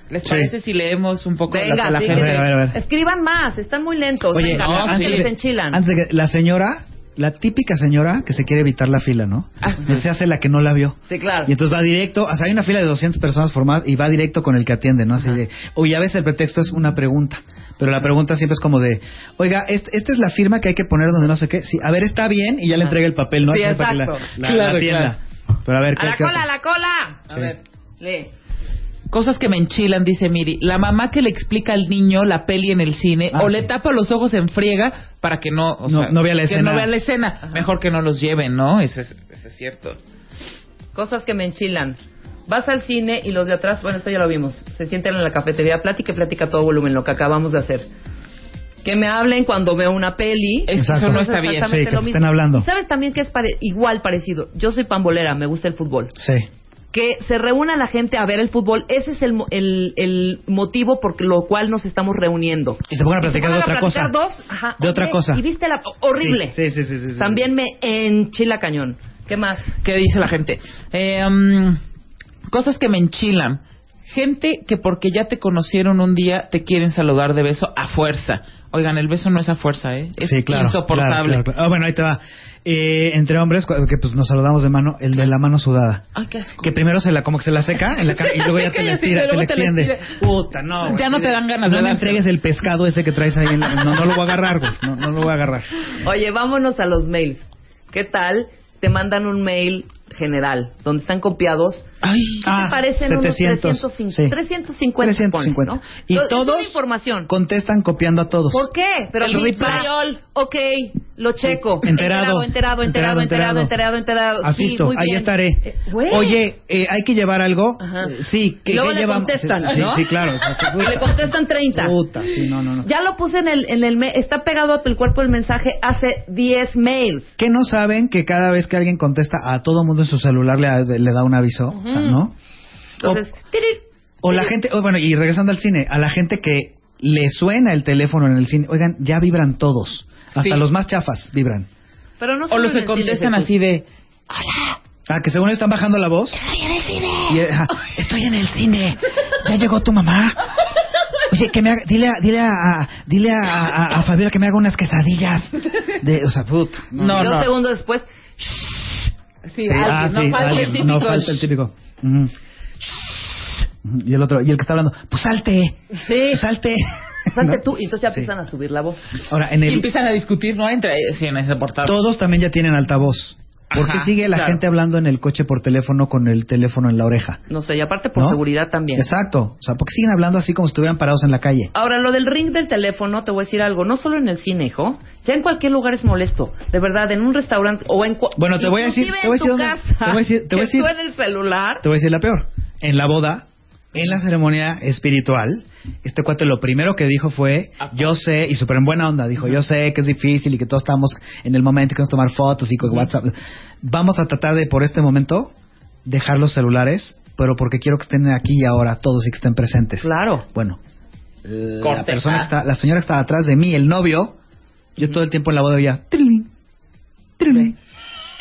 [SPEAKER 7] ¿Les
[SPEAKER 6] Sí.
[SPEAKER 7] parece si leemos un poco las-
[SPEAKER 4] Venga,
[SPEAKER 7] a la
[SPEAKER 4] sí,
[SPEAKER 6] A
[SPEAKER 7] gente?
[SPEAKER 6] ver, a ver, a ver.
[SPEAKER 4] Escriban más, están muy lentos.
[SPEAKER 6] Oye,
[SPEAKER 4] Venga,
[SPEAKER 7] no,
[SPEAKER 4] se
[SPEAKER 7] antes
[SPEAKER 4] les
[SPEAKER 7] de-
[SPEAKER 4] enchilan.
[SPEAKER 6] Antes de que la señora, la típica señora que se quiere evitar la fila, ¿no?
[SPEAKER 7] Ah, sí.
[SPEAKER 6] Se hace la que no la vio.
[SPEAKER 4] Sí, claro.
[SPEAKER 6] Y entonces va directo, o sea, hay una fila de 200 personas formadas y va directo con el que atiende, ¿no? Así de, oye, a veces el pretexto es una pregunta, pero la pregunta siempre es como de, oiga, est- esta es la firma que hay que poner donde no sé qué. Sí, a ver, está bien y ya le
[SPEAKER 4] Ajá.
[SPEAKER 6] entrega el papel, ¿no?
[SPEAKER 4] Sí,
[SPEAKER 6] Así para que la-
[SPEAKER 4] exacto.
[SPEAKER 6] la,
[SPEAKER 7] Claro,
[SPEAKER 6] la tienda. Pero a ver,
[SPEAKER 4] ¡A la
[SPEAKER 6] ¿qué- qué-
[SPEAKER 4] cola, a la cola!
[SPEAKER 7] A ver.
[SPEAKER 4] Lee.
[SPEAKER 7] Cosas que me enchilan, dice Miri. La mamá que le explica al niño la peli en el cine
[SPEAKER 6] Ah,
[SPEAKER 7] o
[SPEAKER 6] sí.
[SPEAKER 7] le tapa los ojos en friega para que no... o
[SPEAKER 6] No-
[SPEAKER 7] sea,
[SPEAKER 6] no vea la
[SPEAKER 7] Que
[SPEAKER 6] escena.
[SPEAKER 7] no vea la escena. Mejor que no los lleven, ¿no? Eso es, eso es cierto.
[SPEAKER 4] Cosas que me enchilan. Vas al cine y los de atrás, bueno, esto ya lo vimos, se sienten en la cafetería, plática y plática a todo volumen, lo que acabamos de hacer. Que me hablen cuando veo una peli.
[SPEAKER 7] Es que
[SPEAKER 6] Exacto.
[SPEAKER 7] eso no
[SPEAKER 4] Es
[SPEAKER 7] está bien.
[SPEAKER 4] exactamente
[SPEAKER 6] Sí, que
[SPEAKER 4] lo
[SPEAKER 6] te
[SPEAKER 4] mismo.
[SPEAKER 6] estén hablando.
[SPEAKER 4] ¿Y ¿Sabes también que es pare- igual parecido? Yo soy pambolera, me gusta el fútbol.
[SPEAKER 6] Sí.
[SPEAKER 4] Que se reúna la gente a ver el fútbol, ese es el, mo- el, el motivo por lo cual nos estamos reuniendo.
[SPEAKER 6] Y se pongan a
[SPEAKER 4] Y se
[SPEAKER 6] platicar de
[SPEAKER 4] pongan
[SPEAKER 6] otra
[SPEAKER 4] a
[SPEAKER 6] cosa.
[SPEAKER 4] platicar dos, ajá,
[SPEAKER 6] de otra
[SPEAKER 4] oye,
[SPEAKER 6] cosa.
[SPEAKER 4] Y viste la... Horrible.
[SPEAKER 6] Sí, sí, sí, sí, sí.
[SPEAKER 4] También me enchila cañón. ¿Qué más?
[SPEAKER 7] ¿Qué dice la gente? Eh, mm, cosas que me enchilan. Gente que porque ya te conocieron un día te quieren saludar de beso a fuerza. Oigan, el beso no es a fuerza, ¿eh? Es
[SPEAKER 6] Sí, claro,
[SPEAKER 7] insoportable.
[SPEAKER 6] claro, claro. Ah, bueno, ahí te va. Eh, entre hombres, cu- que pues nos saludamos de mano, el de la mano sudada.
[SPEAKER 7] Ay, qué asco.
[SPEAKER 6] Que primero se la, como que se la seca en la cara y luego ya te la
[SPEAKER 7] Sí,
[SPEAKER 6] estira,
[SPEAKER 7] sí,
[SPEAKER 6] te la
[SPEAKER 7] luego te la
[SPEAKER 6] extiende.
[SPEAKER 7] estira.
[SPEAKER 6] Puta, no. güey.
[SPEAKER 7] Ya no
[SPEAKER 6] Sí,
[SPEAKER 7] te
[SPEAKER 6] de-
[SPEAKER 7] dan ganas
[SPEAKER 6] No
[SPEAKER 7] de
[SPEAKER 6] me
[SPEAKER 7] dárselo.
[SPEAKER 6] entregues el pescado ese que traes ahí. en la- No, no lo voy a agarrar, güey. No, no lo voy a agarrar.
[SPEAKER 4] Oye, vámonos a los mails. ¿Qué tal? Te mandan un mail general donde están copiados.
[SPEAKER 7] Ay,
[SPEAKER 4] ¿Qué
[SPEAKER 6] Ah,
[SPEAKER 4] te parecen
[SPEAKER 6] 700,
[SPEAKER 4] unos 350?
[SPEAKER 6] sí.
[SPEAKER 4] 350.
[SPEAKER 6] 350.
[SPEAKER 4] ponle, ¿no?
[SPEAKER 6] Y
[SPEAKER 4] Entonces,
[SPEAKER 6] todos-
[SPEAKER 4] es una información.
[SPEAKER 6] Contestan copiando a todos.
[SPEAKER 4] ¿Por qué? Pero
[SPEAKER 7] El
[SPEAKER 4] mi-
[SPEAKER 7] ripiol.
[SPEAKER 4] Ok, lo checo.
[SPEAKER 6] Enterado.
[SPEAKER 4] enterado, enterado, enterado, enterado, enterado. Sí,
[SPEAKER 6] Asisto,
[SPEAKER 4] muy
[SPEAKER 6] ahí
[SPEAKER 4] bien.
[SPEAKER 6] estaré.
[SPEAKER 4] Eh, güey.
[SPEAKER 6] Oye, eh, ¿hay que llevar algo?
[SPEAKER 4] Ajá.
[SPEAKER 6] Eh, Sí,
[SPEAKER 4] Y
[SPEAKER 6] que
[SPEAKER 4] luego le
[SPEAKER 6] llevamos?
[SPEAKER 4] contestan,
[SPEAKER 6] sí,
[SPEAKER 4] ¿no?
[SPEAKER 6] sí, claro. o sea,
[SPEAKER 4] Y le contestan 30.
[SPEAKER 6] Puta, sí, no, no, no.
[SPEAKER 4] Ya lo puse en el, en el me- está pegado a tu el cuerpo el mensaje hace 10 mails.
[SPEAKER 6] que no saben que cada vez que alguien contesta a todo mundo en su celular le, le da un aviso, o sea, ¿no?
[SPEAKER 4] Entonces, tirit.
[SPEAKER 6] O la gente, o bueno, y regresando al cine, a la gente que le suena el teléfono en el cine, oigan, ya vibran todos, hasta
[SPEAKER 7] Sí.
[SPEAKER 6] los más chafas vibran.
[SPEAKER 4] pero no
[SPEAKER 7] o
[SPEAKER 4] solo en
[SPEAKER 7] los que
[SPEAKER 4] el cine,
[SPEAKER 7] contestan
[SPEAKER 4] Jesús.
[SPEAKER 7] así de...
[SPEAKER 6] Ah, que según ellos están bajando la voz. Y, eh, ajá, Estoy en el cine. Ya llegó tu mamá. Oye, que me haga- dile a, dile a, a- dile a, a- a Fabiola que me haga unas quesadillas. De, o sea, puta.
[SPEAKER 7] No,
[SPEAKER 4] y dos
[SPEAKER 7] no.
[SPEAKER 4] segundos después,
[SPEAKER 7] Sí,
[SPEAKER 6] Sí,
[SPEAKER 7] alguien,
[SPEAKER 6] ah,
[SPEAKER 7] no
[SPEAKER 6] sí,
[SPEAKER 7] falta el
[SPEAKER 6] alguien,
[SPEAKER 7] típico,
[SPEAKER 6] no falta el típico. Ujú. Ujú, Y el otro, y el que está hablando, pues salte,
[SPEAKER 4] sí,
[SPEAKER 6] pues salte.
[SPEAKER 4] salte
[SPEAKER 6] ¿No?
[SPEAKER 4] tú, y entonces ya
[SPEAKER 6] Sí.
[SPEAKER 4] empiezan a subir la voz.
[SPEAKER 6] Ahora, en
[SPEAKER 7] Y
[SPEAKER 6] el,
[SPEAKER 7] empiezan a discutir, ¿no? Entre, sí, en ese portal.
[SPEAKER 6] todos también ya tienen altavoz. Porque
[SPEAKER 7] Ajá,
[SPEAKER 6] sigue la
[SPEAKER 7] claro.
[SPEAKER 6] gente hablando en el coche por teléfono con el teléfono en la oreja.
[SPEAKER 4] No sé, y aparte por
[SPEAKER 6] ¿no?
[SPEAKER 4] seguridad también.
[SPEAKER 6] Exacto. O sea, porque siguen hablando así como si estuvieran parados en la calle.
[SPEAKER 4] Ahora, lo del ring del teléfono, te voy a decir algo, no solo en el cine, hijo, ya en cualquier lugar es molesto, de verdad, en un restaurante o en... cua-
[SPEAKER 6] Bueno, te voy a decir-
[SPEAKER 4] inclusive
[SPEAKER 6] te
[SPEAKER 4] en
[SPEAKER 6] voy a decir
[SPEAKER 4] tu
[SPEAKER 6] dónde-
[SPEAKER 4] casa,
[SPEAKER 6] te voy a decir- te voy a
[SPEAKER 4] que
[SPEAKER 6] decir-
[SPEAKER 4] suene el celular,
[SPEAKER 6] Te voy a decir la peor. En la boda, en la ceremonia espiritual, este cuate lo primero que dijo fue, yo sé, y súper en buena onda, dijo, yo sé que es difícil y que todos estamos en el momento y que vamos a tomar fotos y con WhatsApp. Vamos a tratar de, por este momento, dejar los celulares, pero porque quiero que estén aquí y ahora todos y que estén presentes.
[SPEAKER 4] claro,
[SPEAKER 6] Bueno, la
[SPEAKER 7] Corte,
[SPEAKER 6] persona
[SPEAKER 7] ah.
[SPEAKER 6] que está, la señora que estaba atrás de mí, el novio, yo todo el tiempo en la boda veía, "Trilín, trilín".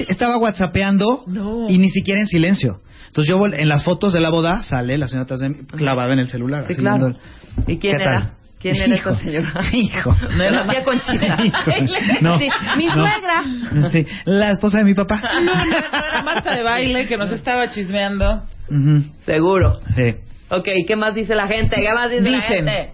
[SPEAKER 6] estaba whatsappeando
[SPEAKER 7] No.
[SPEAKER 6] y ni siquiera en silencio. Entonces yo vol- en las fotos de la boda sale la señora atrás de mí clavada en el celular.
[SPEAKER 4] sí,
[SPEAKER 6] así
[SPEAKER 4] claro.
[SPEAKER 6] viendo el-
[SPEAKER 4] ¿Y quién
[SPEAKER 6] ¿Qué
[SPEAKER 4] era?
[SPEAKER 6] tal?
[SPEAKER 4] ¿Quién era esta
[SPEAKER 6] Hijo,
[SPEAKER 4] señora?
[SPEAKER 6] hijo.
[SPEAKER 4] No era la tía Conchita.
[SPEAKER 6] Hijo, no,
[SPEAKER 4] Sí, mi
[SPEAKER 6] no.
[SPEAKER 4] suegra.
[SPEAKER 6] Sí, la esposa de mi papá.
[SPEAKER 7] No, no, no era Marta de baile que nos estaba chismeando.
[SPEAKER 6] Ujú,
[SPEAKER 4] Seguro.
[SPEAKER 6] sí.
[SPEAKER 4] Ok, ¿qué más dice la gente? ¿Qué más dice la
[SPEAKER 7] Dicen.
[SPEAKER 4] gente?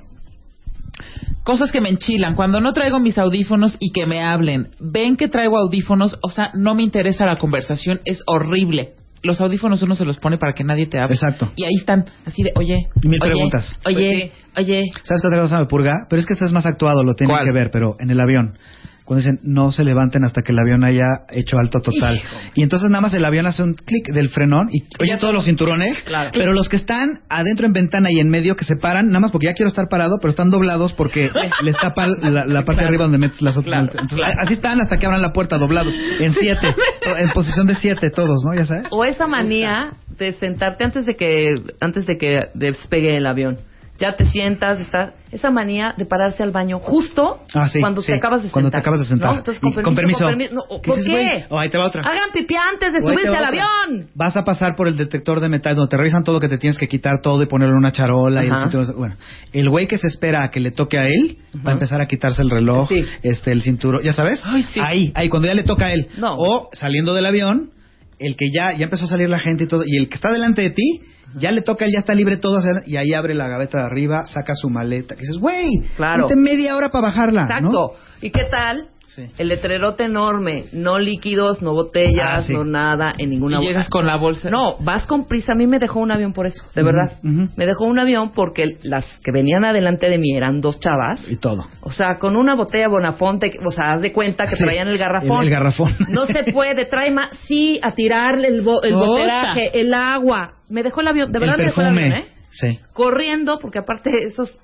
[SPEAKER 7] Cosas que me enchilan. Cuando no traigo mis audífonos y que me hablen. Ven que traigo audífonos, o sea, no me interesa la conversación. Es horrible. Los audífonos uno se los pone para que nadie te hable.
[SPEAKER 6] Exacto.
[SPEAKER 7] Y ahí están, así de, oye.
[SPEAKER 6] Y mil
[SPEAKER 7] oye,
[SPEAKER 6] preguntas.
[SPEAKER 7] Oye, oye.
[SPEAKER 6] ¿Sabes qué otra cosa me purga? Pero es que estás más actuado, lo tienen
[SPEAKER 7] ¿Cuál?
[SPEAKER 6] que ver, pero en el avión. Cuando dicen, no se levanten hasta que el avión haya hecho alto total. Y entonces nada más el avión hace un clic del frenón y oye todos los cinturones.
[SPEAKER 4] Claro.
[SPEAKER 6] Pero los que están adentro en ventana y en medio que se paran, nada más porque ya quiero estar parado, pero están doblados porque les tapa la, la parte de arriba donde metes las otras. Entonces, Así están hasta que abran la puerta, doblados, en siete, to- en posición de siete todos, ¿no? Ya sabes.
[SPEAKER 4] O esa manía de sentarte antes de que antes de que despegue el avión. Ya te sientas, está esa manía de pararse al baño justo
[SPEAKER 6] Ah, sí,
[SPEAKER 4] cuando
[SPEAKER 6] sí,
[SPEAKER 4] te acabas de sentar.
[SPEAKER 6] cuando te acabas de sentar.
[SPEAKER 4] No, entonces,
[SPEAKER 6] Y-
[SPEAKER 4] con permiso.
[SPEAKER 6] con permiso.
[SPEAKER 4] no, o-
[SPEAKER 6] ¿Qué
[SPEAKER 4] ¿Por
[SPEAKER 6] dices, güey?
[SPEAKER 4] qué?
[SPEAKER 6] Oh, ahí te va otra.
[SPEAKER 4] Hagan pipí antes de
[SPEAKER 6] Ahí te
[SPEAKER 4] subirse
[SPEAKER 6] va
[SPEAKER 4] al
[SPEAKER 6] otra.
[SPEAKER 4] avión.
[SPEAKER 6] Vas a pasar por el detector de metales donde te revisan todo lo que te tienes que quitar todo y ponerlo en una charola y el
[SPEAKER 4] Ajá.
[SPEAKER 6] cinturón. Bueno, el güey que se espera a que le toque a él va a empezar a quitarse el reloj,
[SPEAKER 4] Sí.
[SPEAKER 6] este, el cinturón, ¿ya sabes?
[SPEAKER 7] Ay, sí.
[SPEAKER 6] Ahí, ahí, cuando ya le toca a él.
[SPEAKER 4] No.
[SPEAKER 6] O saliendo del avión, el que ya, ya empezó a salir la gente y todo, y el que está delante de ti, ya le toca, él ya está libre todo, o sea, y ahí abre la gaveta de arriba, saca su maleta, y dices, güey,
[SPEAKER 4] Claro.
[SPEAKER 6] tuviste media hora para bajarla, Ah, ¿no?
[SPEAKER 4] Exacto. ¿Y qué tal?
[SPEAKER 6] Sí.
[SPEAKER 4] El letrerote enorme, no líquidos, no botellas,
[SPEAKER 6] Ah, sí.
[SPEAKER 4] no nada, en ninguna Ah,
[SPEAKER 7] y llegas con la bolsa.
[SPEAKER 4] No, vas con prisa. A mí me dejó un avión por eso, de
[SPEAKER 6] Ujú,
[SPEAKER 4] verdad.
[SPEAKER 6] ujú.
[SPEAKER 4] Me dejó un avión porque las que venían adelante de mí eran dos chavas.
[SPEAKER 6] Y todo.
[SPEAKER 4] O sea, con una botella Bonafonte, o sea, haz de cuenta que
[SPEAKER 6] Sí,
[SPEAKER 4] traían el garrafón.
[SPEAKER 6] el- el garrafón.
[SPEAKER 4] No se puede, trae más. Sí, a tirarle el, bo- el
[SPEAKER 7] Ota.
[SPEAKER 4] botelaje, el agua. Me dejó el avión, de verdad me
[SPEAKER 6] el
[SPEAKER 4] dejó el
[SPEAKER 6] perfume.
[SPEAKER 4] avión, ¿eh?
[SPEAKER 6] Sí.
[SPEAKER 4] corriendo, porque aparte esos,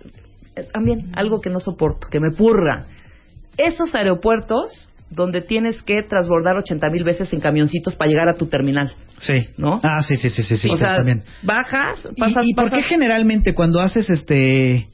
[SPEAKER 4] eh, también algo que no soporto, que me purra, esos aeropuertos donde tienes que transbordar 80 mil veces en camioncitos para llegar a tu terminal.
[SPEAKER 6] Sí.
[SPEAKER 4] ¿No?
[SPEAKER 6] Ah, sí, sí, sí, sí, sí,
[SPEAKER 4] o
[SPEAKER 6] sí,
[SPEAKER 4] sea,
[SPEAKER 6] también.
[SPEAKER 4] bajas,
[SPEAKER 6] ¿Y-
[SPEAKER 4] pasas,
[SPEAKER 6] ¿Y, por
[SPEAKER 4] pasas-
[SPEAKER 6] qué generalmente cuando haces este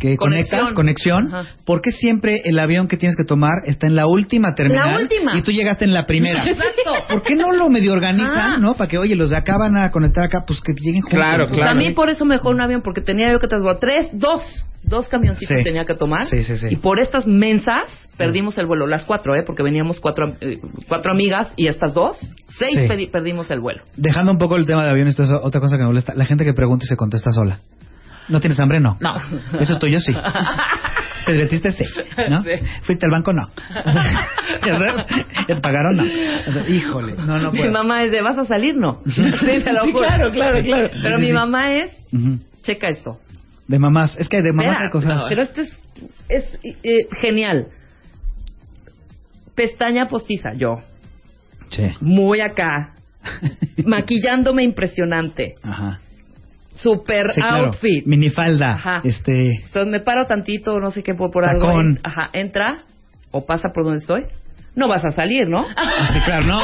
[SPEAKER 6] que
[SPEAKER 4] Conexión.
[SPEAKER 6] conectas conexión,
[SPEAKER 4] Ajá.
[SPEAKER 6] por qué siempre el avión que tienes que tomar está en la última terminal
[SPEAKER 4] La última.
[SPEAKER 6] y tú llegaste en la primera?
[SPEAKER 4] Exacto.
[SPEAKER 6] ¿Por qué no lo medio organizan,
[SPEAKER 4] Ah.
[SPEAKER 6] no? Para que oye, los de acá van a conectar acá, pues que lleguen juntos.
[SPEAKER 7] Claro,
[SPEAKER 6] Pues,
[SPEAKER 7] claro.
[SPEAKER 4] También por eso me dejó un avión, porque tenía yo que transbordar tres, dos, dos camioncitos
[SPEAKER 6] Sí.
[SPEAKER 4] tenía que tomar.
[SPEAKER 6] Sí, sí, Mm. sí.
[SPEAKER 4] Y por estas mensas perdimos el vuelo, las cuatro, ¿eh? Porque veníamos cuatro, eh, cuatro amigas y estas dos, seis
[SPEAKER 6] Sí.
[SPEAKER 4] pedi- perdimos el vuelo.
[SPEAKER 6] Dejando un poco el tema de aviones, esto es otra cosa que me molesta, la gente que pregunta y se contesta sola. ¿No tienes hambre? No.
[SPEAKER 7] No.
[SPEAKER 6] Eso es tuyo, sí. ¿Te divertiste? Sí. ¿No?
[SPEAKER 4] Sí.
[SPEAKER 6] ¿Fuiste al banco? No. ¿Ya sabes? ¿Ya ¿Te pagaron? No. O sea, híjole, no, no
[SPEAKER 4] Mi
[SPEAKER 6] puedo.
[SPEAKER 4] mamá es de, ¿vas a salir? No. Sí, te lo juro.
[SPEAKER 7] claro, claro, claro.
[SPEAKER 4] Pero
[SPEAKER 6] Sí, sí,
[SPEAKER 4] mi
[SPEAKER 6] sí.
[SPEAKER 4] mamá es,
[SPEAKER 6] Ujú.
[SPEAKER 4] checa esto.
[SPEAKER 6] De mamás. Es que de mamás
[SPEAKER 4] Espera,
[SPEAKER 6] hay cosas.
[SPEAKER 4] no, pero esto es, es, eh, genial. Pestaña postiza, yo.
[SPEAKER 6] Che.
[SPEAKER 4] Muy acá. Maquillándome impresionante.
[SPEAKER 6] Ajá.
[SPEAKER 4] Super
[SPEAKER 6] Sí, claro.
[SPEAKER 4] outfit.
[SPEAKER 6] Minifalda.
[SPEAKER 4] Ajá.
[SPEAKER 6] Este.
[SPEAKER 4] Entonces me paro tantito, no sé qué, por, por algo.
[SPEAKER 6] Tacón.
[SPEAKER 4] Ajá, entra o pasa por donde estoy. No vas a salir, ¿no? O
[SPEAKER 6] Así, claro, no.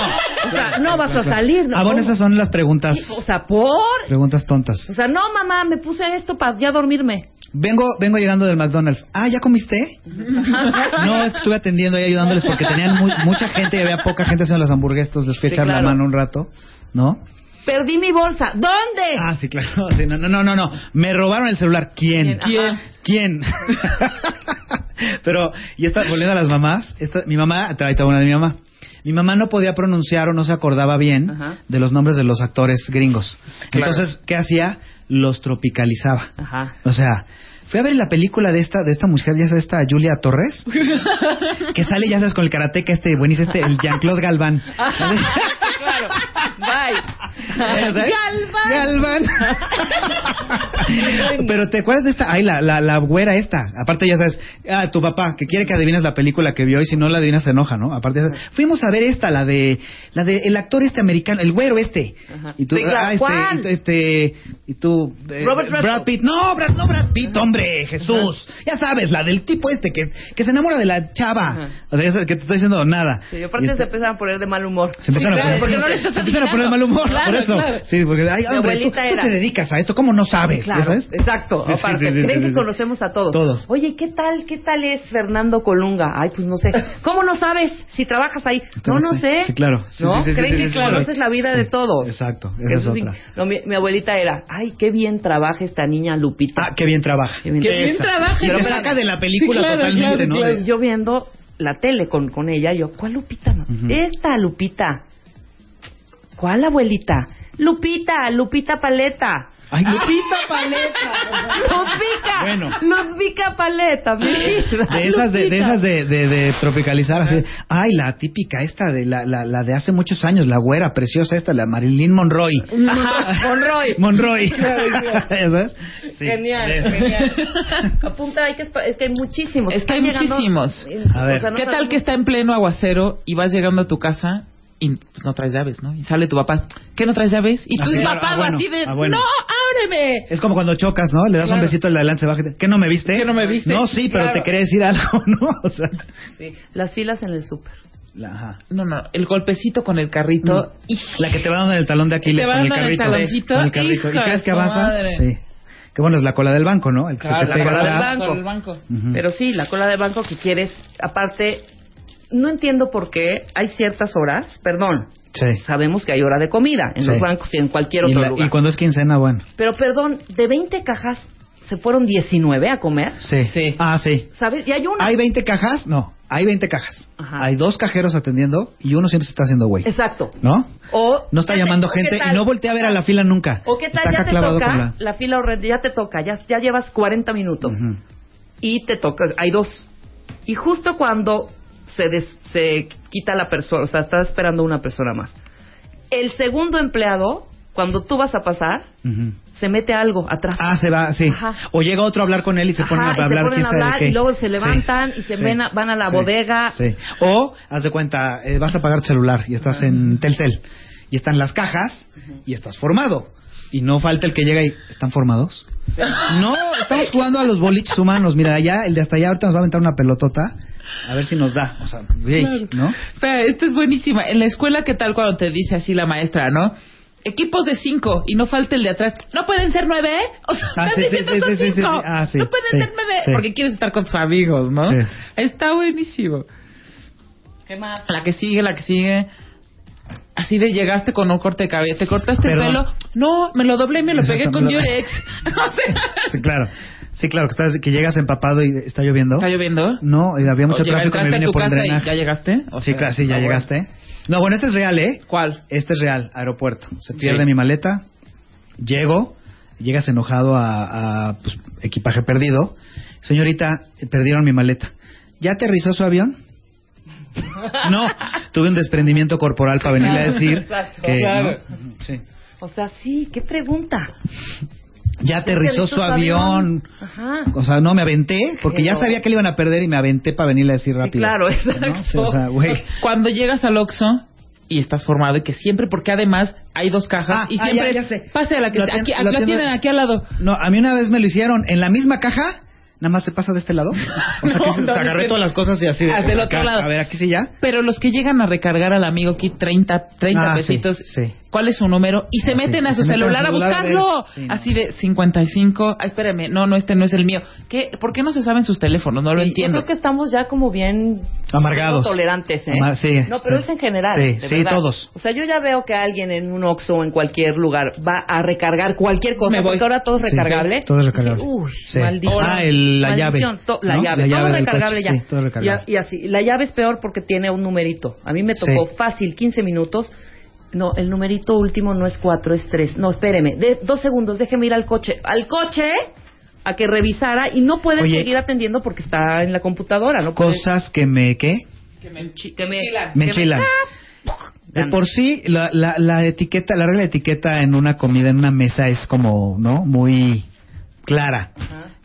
[SPEAKER 4] sea, no vas a salir. ¿no?
[SPEAKER 6] Ah, bueno, esas son las preguntas.
[SPEAKER 4] O sea, por...
[SPEAKER 6] Preguntas tontas.
[SPEAKER 4] O sea, no, mamá, me puse esto para ya dormirme.
[SPEAKER 6] Vengo, vengo llegando del McDonald's. Ah, ¿ya comiste? No, es que estuve atendiendo y ayudándoles porque tenían muy- mucha gente y había poca gente haciendo las hamburguesas. entonces Les fui a
[SPEAKER 4] Sí,
[SPEAKER 6] echar
[SPEAKER 4] claro.
[SPEAKER 6] la mano un rato, ¿no?
[SPEAKER 4] Perdí mi bolsa. ¿Dónde?
[SPEAKER 6] Ah, sí, claro. Sí, no, no, no, no, no. Me robaron el celular. ¿Quién?
[SPEAKER 4] ¿Quién? Ajá.
[SPEAKER 6] ¿Quién? Pero, y esta, volviendo a las mamás, esta, mi mamá, ahí está una de mi mamá. Mi mamá no podía pronunciar o no se acordaba bien
[SPEAKER 4] Ajá.
[SPEAKER 6] de los nombres de los actores gringos.
[SPEAKER 7] Claro.
[SPEAKER 6] Entonces, ¿qué hacía? Los tropicalizaba.
[SPEAKER 4] Ajá.
[SPEAKER 6] O sea, fui a ver la película de esta, de esta mujer, ya sabes, esta Julia Torres, que sale, ya sabes, con el karateca este, buenísimo este, el Jean-Claro Galván.
[SPEAKER 4] claro. Bye.
[SPEAKER 6] ¿Verdad? Galván. Pero te acuerdas de esta, ay, la, la, la güera esta. Aparte ya sabes, ah, tu papá que quiere que adivines la película que vio y si no la adivinas se enoja, ¿no? Aparte ya sabes, fuimos a ver esta, la de la de el actor este americano, el güero este.
[SPEAKER 4] Ajá.
[SPEAKER 6] Y tú,
[SPEAKER 4] Venga,
[SPEAKER 6] ah, este,
[SPEAKER 4] ¿cuál?
[SPEAKER 6] y tú, este, y tú, eh,
[SPEAKER 4] Robert Redford.
[SPEAKER 6] Brad Pitt. No, Brad, no Brad Pitt, hombre, Jesús. Ya sabes, la del tipo este que, que se enamora de la chava.
[SPEAKER 4] Ajá.
[SPEAKER 6] O sea, ya sabes que te está diciendo nada.
[SPEAKER 4] Sí,
[SPEAKER 6] Y
[SPEAKER 4] aparte se
[SPEAKER 6] este-
[SPEAKER 4] empezaron a poner de mal humor.
[SPEAKER 6] se empezaron,
[SPEAKER 4] Sí,
[SPEAKER 6] a,
[SPEAKER 4] claro,
[SPEAKER 6] poner,
[SPEAKER 4] porque no le
[SPEAKER 6] se empezaron a poner de mal humor.
[SPEAKER 7] Claro,
[SPEAKER 6] por eso. Sí, porque, ay,
[SPEAKER 4] Mi
[SPEAKER 6] hombre, ¿tú,
[SPEAKER 4] abuelita
[SPEAKER 6] tú
[SPEAKER 4] era.
[SPEAKER 6] te dedicas a esto, ¿cómo no sabes?
[SPEAKER 4] Claro,
[SPEAKER 6] ¿Ya sabes?
[SPEAKER 4] exacto.
[SPEAKER 6] Sí, sí,
[SPEAKER 4] aparte,
[SPEAKER 6] sí, sí,
[SPEAKER 4] creen
[SPEAKER 6] sí,
[SPEAKER 4] que
[SPEAKER 6] sí.
[SPEAKER 4] conocemos a todos.
[SPEAKER 6] Todos.
[SPEAKER 4] Oye, ¿qué tal, qué tal es Fernando Colunga? Ay, pues no sé. ¿Cómo no sabes si trabajas ahí? No, no
[SPEAKER 6] Sí,
[SPEAKER 4] sé.
[SPEAKER 6] sí, claro. Sí,
[SPEAKER 4] ¿No?
[SPEAKER 6] sí, sí,
[SPEAKER 4] Creen
[SPEAKER 6] sí,
[SPEAKER 4] que
[SPEAKER 6] sí,
[SPEAKER 4] conoces
[SPEAKER 6] sí.
[SPEAKER 4] la vida
[SPEAKER 6] Sí,
[SPEAKER 4] de todos.
[SPEAKER 6] exacto, esa
[SPEAKER 4] Que
[SPEAKER 6] es
[SPEAKER 4] eso sí.
[SPEAKER 6] otra.
[SPEAKER 4] No, mi, mi abuelita era, ay, qué bien trabaja esta niña Lupita.
[SPEAKER 6] Ah, qué bien trabaja.
[SPEAKER 4] Qué bien
[SPEAKER 7] Qué bien
[SPEAKER 6] Esa.
[SPEAKER 7] trabaja.
[SPEAKER 6] Y
[SPEAKER 7] Pero
[SPEAKER 6] te
[SPEAKER 7] espérame.
[SPEAKER 6] saca de la película
[SPEAKER 7] Sí, claro,
[SPEAKER 6] totalmente,
[SPEAKER 7] claro,
[SPEAKER 6] ¿no?
[SPEAKER 7] claro.
[SPEAKER 6] De-
[SPEAKER 4] yo viendo la tele con, con ella, yo, ¿cuál Lupita? mamá?
[SPEAKER 6] Ujú.
[SPEAKER 4] Esta Lupita. ¿Cuál abuelita? Lupita, Lupita Paleta.
[SPEAKER 6] Ay, Lupita Paleta.
[SPEAKER 4] Lupita.
[SPEAKER 6] Bueno.
[SPEAKER 4] Lupita Paleta, mi vida.
[SPEAKER 6] De esas de, de
[SPEAKER 4] Lupita.
[SPEAKER 6] esas de, de- de tropicalizar así. Ay, la típica esta de la, la, la de hace muchos años, la güera preciosa esta, la Marilyn Monroy.
[SPEAKER 4] Ajá, Monroy.
[SPEAKER 6] Monroy. ¿Ya sabes? Sí,
[SPEAKER 4] Genial,
[SPEAKER 6] de esas.
[SPEAKER 4] genial. Apunta, hay que, espa- es que hay muchísimos.
[SPEAKER 7] Es que hay
[SPEAKER 4] Están llegando-
[SPEAKER 7] muchísimos.
[SPEAKER 4] eh,
[SPEAKER 6] A ver.
[SPEAKER 4] no
[SPEAKER 7] ¿Qué tal
[SPEAKER 4] sabemos-
[SPEAKER 7] que está en pleno aguacero y vas llegando a tu casa y no traes llaves, ¿no? Y sale tu papá, ¿qué no traes llaves? Y
[SPEAKER 6] Ah,
[SPEAKER 7] tu
[SPEAKER 6] sí, claro.
[SPEAKER 7] papá
[SPEAKER 6] Ah, bueno,
[SPEAKER 7] así de,
[SPEAKER 6] ah, bueno.
[SPEAKER 7] ¡no, ábreme!
[SPEAKER 6] Es como cuando chocas, ¿no? Le das
[SPEAKER 7] Claro.
[SPEAKER 6] un besito al de adelante, se baja. y te- ¿Qué no me viste?
[SPEAKER 7] ¿Qué no me viste?
[SPEAKER 6] No, sí, pero
[SPEAKER 7] Claro.
[SPEAKER 6] te quería decir algo, ¿no? O sea,
[SPEAKER 4] Sí, Las filas en el súper.
[SPEAKER 6] la, ajá.
[SPEAKER 7] No, no, el golpecito con el carrito.
[SPEAKER 6] Mm.
[SPEAKER 7] y
[SPEAKER 6] La que te va dando en el talón de Aquiles
[SPEAKER 7] Te va
[SPEAKER 6] con el
[SPEAKER 7] dando en el
[SPEAKER 6] carrito.
[SPEAKER 7] taloncito.
[SPEAKER 6] Con el carrito.
[SPEAKER 7] Hijo
[SPEAKER 6] Y cada vez que
[SPEAKER 7] de su
[SPEAKER 6] avanzas,
[SPEAKER 7] madre.
[SPEAKER 6] sí. Que bueno, es la cola del banco, ¿no? El que se te
[SPEAKER 7] la
[SPEAKER 6] pega
[SPEAKER 7] cola
[SPEAKER 6] atrás.
[SPEAKER 7] del banco.
[SPEAKER 6] Ujú.
[SPEAKER 4] Pero sí, la cola de banco que quieres. Aparte, no entiendo por qué hay ciertas horas, perdón,
[SPEAKER 6] Sí.
[SPEAKER 4] sabemos que hay hora de comida en
[SPEAKER 6] Sí.
[SPEAKER 4] los bancos y en cualquier
[SPEAKER 6] Y,
[SPEAKER 4] otro
[SPEAKER 6] la-
[SPEAKER 4] lugar.
[SPEAKER 6] y cuando es quincena, bueno.
[SPEAKER 4] Pero perdón, de 20 cajas se fueron 19 a comer.
[SPEAKER 6] Sí.
[SPEAKER 7] Sí.
[SPEAKER 6] Ah, sí.
[SPEAKER 4] ¿Sabes? Y hay una.
[SPEAKER 6] ¿Hay 20 cajas? No, hay 20 cajas.
[SPEAKER 4] Ajá.
[SPEAKER 6] Hay dos cajeros atendiendo y uno siempre se está haciendo güey.
[SPEAKER 4] Exacto.
[SPEAKER 6] ¿No?
[SPEAKER 4] O
[SPEAKER 6] No está
[SPEAKER 4] ¿qué te-
[SPEAKER 6] llamando
[SPEAKER 4] o qué
[SPEAKER 6] gente y
[SPEAKER 4] tal?
[SPEAKER 6] no voltea a ver a la fila nunca.
[SPEAKER 4] O qué tal
[SPEAKER 6] Está
[SPEAKER 4] ya
[SPEAKER 6] acá
[SPEAKER 4] te
[SPEAKER 6] clavado
[SPEAKER 4] toca
[SPEAKER 6] con
[SPEAKER 4] la...
[SPEAKER 6] la-
[SPEAKER 4] fila horrenda, ya te toca, ya, ya llevas 40 minutos
[SPEAKER 6] Ujú.
[SPEAKER 4] y te toca, hay dos. Y justo cuando se, des- se quita la persona, o sea, estás esperando una persona más. El segundo empleado, cuando tú vas a pasar,
[SPEAKER 6] Ujú.
[SPEAKER 4] se mete algo atrás.
[SPEAKER 6] Ah, se va, sí.
[SPEAKER 4] Ajá.
[SPEAKER 6] O llega otro a hablar con él y se
[SPEAKER 4] Ajá,
[SPEAKER 6] ponen a
[SPEAKER 4] y se
[SPEAKER 6] hablar.
[SPEAKER 4] ponen
[SPEAKER 6] quién
[SPEAKER 4] a
[SPEAKER 6] sabe de
[SPEAKER 4] hablar
[SPEAKER 6] qué.
[SPEAKER 4] y luego se levantan
[SPEAKER 6] Sí,
[SPEAKER 4] y se
[SPEAKER 6] sí,
[SPEAKER 4] ven a- van a la
[SPEAKER 6] sí,
[SPEAKER 4] bodega.
[SPEAKER 6] sí. O, haz de cuenta, eh, vas a pagar tu celular y estás en Telcel y están las cajas y estás formado. Y no falta el que llega y ¿están formados? No, estamos jugando a los boliches humanos. Mira, allá, el de hasta allá ahorita nos va a aventar una pelotota. A ver si nos da. O sea, güey, ¿no?
[SPEAKER 7] Espera, esta es buenísima. En la escuela, ¿qué tal cuando te dice así la maestra, no? Equipos de cinco y no falta el de atrás. ¿No pueden ser nueve? ¿eh? O sea,
[SPEAKER 6] Ah,
[SPEAKER 7] estás
[SPEAKER 6] sí, sí,
[SPEAKER 7] diciendo
[SPEAKER 6] sí,
[SPEAKER 7] son
[SPEAKER 6] sí, sí, sí.
[SPEAKER 7] cinco.
[SPEAKER 6] Ah, sí,
[SPEAKER 7] no pueden
[SPEAKER 6] sí,
[SPEAKER 7] ser nueve
[SPEAKER 6] sí.
[SPEAKER 7] porque quieres estar con tus amigos, ¿no?
[SPEAKER 6] Sí.
[SPEAKER 7] Está buenísimo.
[SPEAKER 4] ¿Qué más?
[SPEAKER 7] La que sigue, la que sigue. Así de llegaste con un corte de cabello. ¿Te cortaste
[SPEAKER 6] Perdón.
[SPEAKER 7] el pelo? No, me lo doblé y me lo
[SPEAKER 6] Exacto,
[SPEAKER 7] pegué con
[SPEAKER 6] me lo-
[SPEAKER 7] Durex. o sea,
[SPEAKER 6] Sí, claro. Sí, claro, que, estás- que llegas empapado y está lloviendo.
[SPEAKER 7] ¿está lloviendo?
[SPEAKER 6] No, y había mucho
[SPEAKER 7] O llega-
[SPEAKER 6] tráfico, me
[SPEAKER 7] entraste a
[SPEAKER 6] vine
[SPEAKER 7] tu
[SPEAKER 6] por el
[SPEAKER 7] casa y
[SPEAKER 6] drenaje.
[SPEAKER 7] ¿Ya llegaste? O
[SPEAKER 6] sí,
[SPEAKER 7] sea,
[SPEAKER 6] claro, sí, ya
[SPEAKER 7] ah, bueno.
[SPEAKER 6] llegaste. No, bueno, este es real, ¿eh?
[SPEAKER 7] ¿Cuál?
[SPEAKER 6] Este es real, aeropuerto. Se pierde
[SPEAKER 7] Sí.
[SPEAKER 6] mi maleta, llego, llegas enojado a, a, pues, equipaje perdido. Señorita, eh, perdieron mi maleta. ¿Ya aterrizó su avión? no, tuve un desprendimiento corporal para venirle a decir
[SPEAKER 4] Exacto.
[SPEAKER 6] que...
[SPEAKER 7] Claro.
[SPEAKER 6] ¿no? Sí.
[SPEAKER 4] O sea, sí, qué pregunta.
[SPEAKER 6] Ya aterrizó su avión.
[SPEAKER 4] Ajá.
[SPEAKER 6] O sea, no me aventé, porque ya
[SPEAKER 4] Pero-
[SPEAKER 6] sabía que le iban a perder y me aventé para venirle a decir
[SPEAKER 4] Sí,
[SPEAKER 6] rápido.
[SPEAKER 4] claro,
[SPEAKER 6] ¿No?
[SPEAKER 4] exacto.
[SPEAKER 6] Sí, o sea, güey.
[SPEAKER 7] Cuando llegas al Oxxo y estás formado y que siempre, porque además hay dos cajas
[SPEAKER 6] Ah,
[SPEAKER 7] y
[SPEAKER 6] ah,
[SPEAKER 7] siempre
[SPEAKER 6] ya, ya
[SPEAKER 7] es,
[SPEAKER 6] sé.
[SPEAKER 7] pase a la que
[SPEAKER 6] Lo
[SPEAKER 7] sea,
[SPEAKER 6] tien-
[SPEAKER 7] aquí,
[SPEAKER 6] lo
[SPEAKER 7] la
[SPEAKER 6] tiene-
[SPEAKER 7] tienen aquí al lado.
[SPEAKER 6] No, a mí una vez me lo hicieron en la misma caja, nada más se pasa de este lado. O sea,
[SPEAKER 7] No,
[SPEAKER 6] que se,
[SPEAKER 7] no,
[SPEAKER 6] se agarré
[SPEAKER 7] no,
[SPEAKER 6] todas las cosas y así de,
[SPEAKER 7] Ah, del
[SPEAKER 6] acá,
[SPEAKER 7] otro lado.
[SPEAKER 6] A ver, aquí sí ya.
[SPEAKER 7] Pero los que llegan a recargar al amigo aquí 30, 30
[SPEAKER 6] Ah, sí,
[SPEAKER 7] pesitos,
[SPEAKER 6] sí.
[SPEAKER 7] ¿cuál es su número? Y se
[SPEAKER 6] Ah,
[SPEAKER 7] meten
[SPEAKER 6] sí,
[SPEAKER 7] a
[SPEAKER 6] y
[SPEAKER 7] su
[SPEAKER 6] se meten
[SPEAKER 7] celular
[SPEAKER 6] al
[SPEAKER 7] a
[SPEAKER 6] celular a ver.
[SPEAKER 7] buscarlo.
[SPEAKER 6] Sí, no.
[SPEAKER 7] Así de 55, ah, espérame, no, no, este no es el mío. ¿Qué, ¿Por qué no se saben sus teléfonos? No lo
[SPEAKER 4] Sí,
[SPEAKER 7] entiendo.
[SPEAKER 4] Yo creo que estamos ya como bien
[SPEAKER 6] Amargados.
[SPEAKER 4] poco tolerantes, ¿eh?
[SPEAKER 6] Amar- sí,
[SPEAKER 4] no, pero
[SPEAKER 6] sí.
[SPEAKER 4] es en general.
[SPEAKER 6] Sí,
[SPEAKER 4] de
[SPEAKER 6] sí,
[SPEAKER 4] verdad.
[SPEAKER 6] todos.
[SPEAKER 4] O sea, yo ya veo que alguien en un Oxxo o en cualquier lugar va a recargar cualquier cosa,
[SPEAKER 7] Me voy.
[SPEAKER 4] porque ahora todo es
[SPEAKER 6] Sí,
[SPEAKER 4] recargable.
[SPEAKER 6] sí, todo es recargable.
[SPEAKER 4] Y, uy,
[SPEAKER 6] Sí.
[SPEAKER 4] maldito.
[SPEAKER 6] Ah, el- la
[SPEAKER 4] Maldición,
[SPEAKER 6] llave,
[SPEAKER 4] to- la
[SPEAKER 6] ¿no?
[SPEAKER 4] llave.
[SPEAKER 6] La
[SPEAKER 4] todo
[SPEAKER 6] llave
[SPEAKER 4] es
[SPEAKER 6] del
[SPEAKER 4] recargable
[SPEAKER 6] coche,
[SPEAKER 4] ya.
[SPEAKER 6] sí, todo es recargable.
[SPEAKER 4] Y, a- y así. La llave es peor porque tiene un numerito. A mí me tocó
[SPEAKER 6] Sí.
[SPEAKER 4] fácil, 15 minutos. No, el numerito último no es 4, es 3. No, espéreme. De, dos segundos, déjeme ir al coche. ¡Al coche! A que revisara y no puede
[SPEAKER 6] Oye.
[SPEAKER 4] seguir atendiendo porque está en la computadora, ¿no? puede-
[SPEAKER 6] Cosas que me, ¿qué?
[SPEAKER 4] que me,
[SPEAKER 6] Me enchilan. De por sí, la, la, la etiqueta, la regla de etiqueta en una comida, en una mesa es como, ¿no? Muy clara.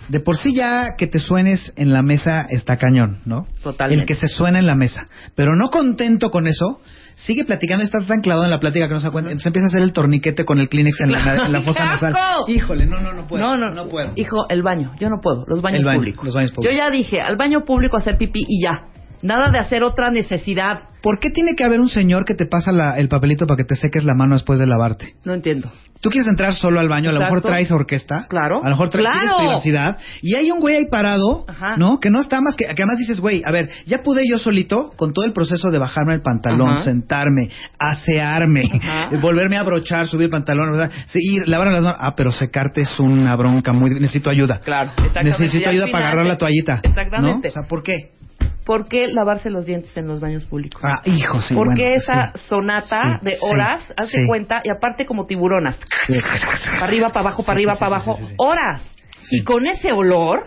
[SPEAKER 6] De por sí ya que te suenes en la mesa está cañón, ¿no?
[SPEAKER 4] Totalmente.
[SPEAKER 6] El que se suena en la mesa. Pero no contento con eso, sigue platicando y está tan clavado en la plática que no se da cuenta. Entonces empieza a hacer el torniquete con el Kleenex en la, en la fosa
[SPEAKER 4] ¡Qué
[SPEAKER 6] nasal.
[SPEAKER 4] asco!
[SPEAKER 6] Híjole, no, no, no puedo.
[SPEAKER 4] no, no,
[SPEAKER 6] puedo.
[SPEAKER 4] Hijo, el baño. Yo no puedo. Los baños
[SPEAKER 6] El baño,
[SPEAKER 4] públicos.
[SPEAKER 6] los baños públicos.
[SPEAKER 4] Yo ya dije, al baño público a hacer pipí y ya. Nada de hacer otra necesidad.
[SPEAKER 6] ¿Por qué tiene que haber un señor que te pasa la- el papelito para que te seques la mano después de lavarte?
[SPEAKER 4] No entiendo.
[SPEAKER 6] Tú quieres entrar solo al baño, a lo mejor
[SPEAKER 4] Exacto.
[SPEAKER 6] traes orquesta,
[SPEAKER 4] Claro.
[SPEAKER 6] a lo mejor traes
[SPEAKER 4] Claro.
[SPEAKER 6] tienes privacidad, y hay un güey ahí parado,
[SPEAKER 4] Ajá.
[SPEAKER 6] ¿no? Que no está más que, que además dices, güey, a ver, ya pude yo solito con todo el proceso de bajarme el pantalón,
[SPEAKER 4] Ajá.
[SPEAKER 6] sentarme, asearme,
[SPEAKER 4] Ajá.
[SPEAKER 6] volverme a abrochar, subir el pantalón, ¿verdad? Sí, ir, lavarme las manos, ah, pero secarte es una bronca muy, necesito ayuda.
[SPEAKER 4] Claro, exactamente. Y
[SPEAKER 6] Necesito
[SPEAKER 4] al
[SPEAKER 6] ayuda
[SPEAKER 4] final
[SPEAKER 6] para agarrar
[SPEAKER 4] te-
[SPEAKER 6] la toallita.
[SPEAKER 4] Exactamente.
[SPEAKER 6] ¿no? O sea, ¿por qué?
[SPEAKER 4] ¿Por qué lavarse los dientes en los baños públicos?
[SPEAKER 6] Ah, hijo, sí,
[SPEAKER 4] ¿Por
[SPEAKER 6] bueno,
[SPEAKER 4] qué esa
[SPEAKER 6] sí.
[SPEAKER 4] sonata
[SPEAKER 6] Sí,
[SPEAKER 4] de
[SPEAKER 6] sí,
[SPEAKER 4] horas, hace
[SPEAKER 6] sí.
[SPEAKER 4] cuenta, y aparte como tiburonas,
[SPEAKER 6] Sí.
[SPEAKER 4] para arriba, para abajo, para
[SPEAKER 6] Sí,
[SPEAKER 4] arriba,
[SPEAKER 6] sí,
[SPEAKER 4] para
[SPEAKER 6] sí, sí,
[SPEAKER 4] abajo,
[SPEAKER 6] sí, sí.
[SPEAKER 4] horas. Y con ese olor,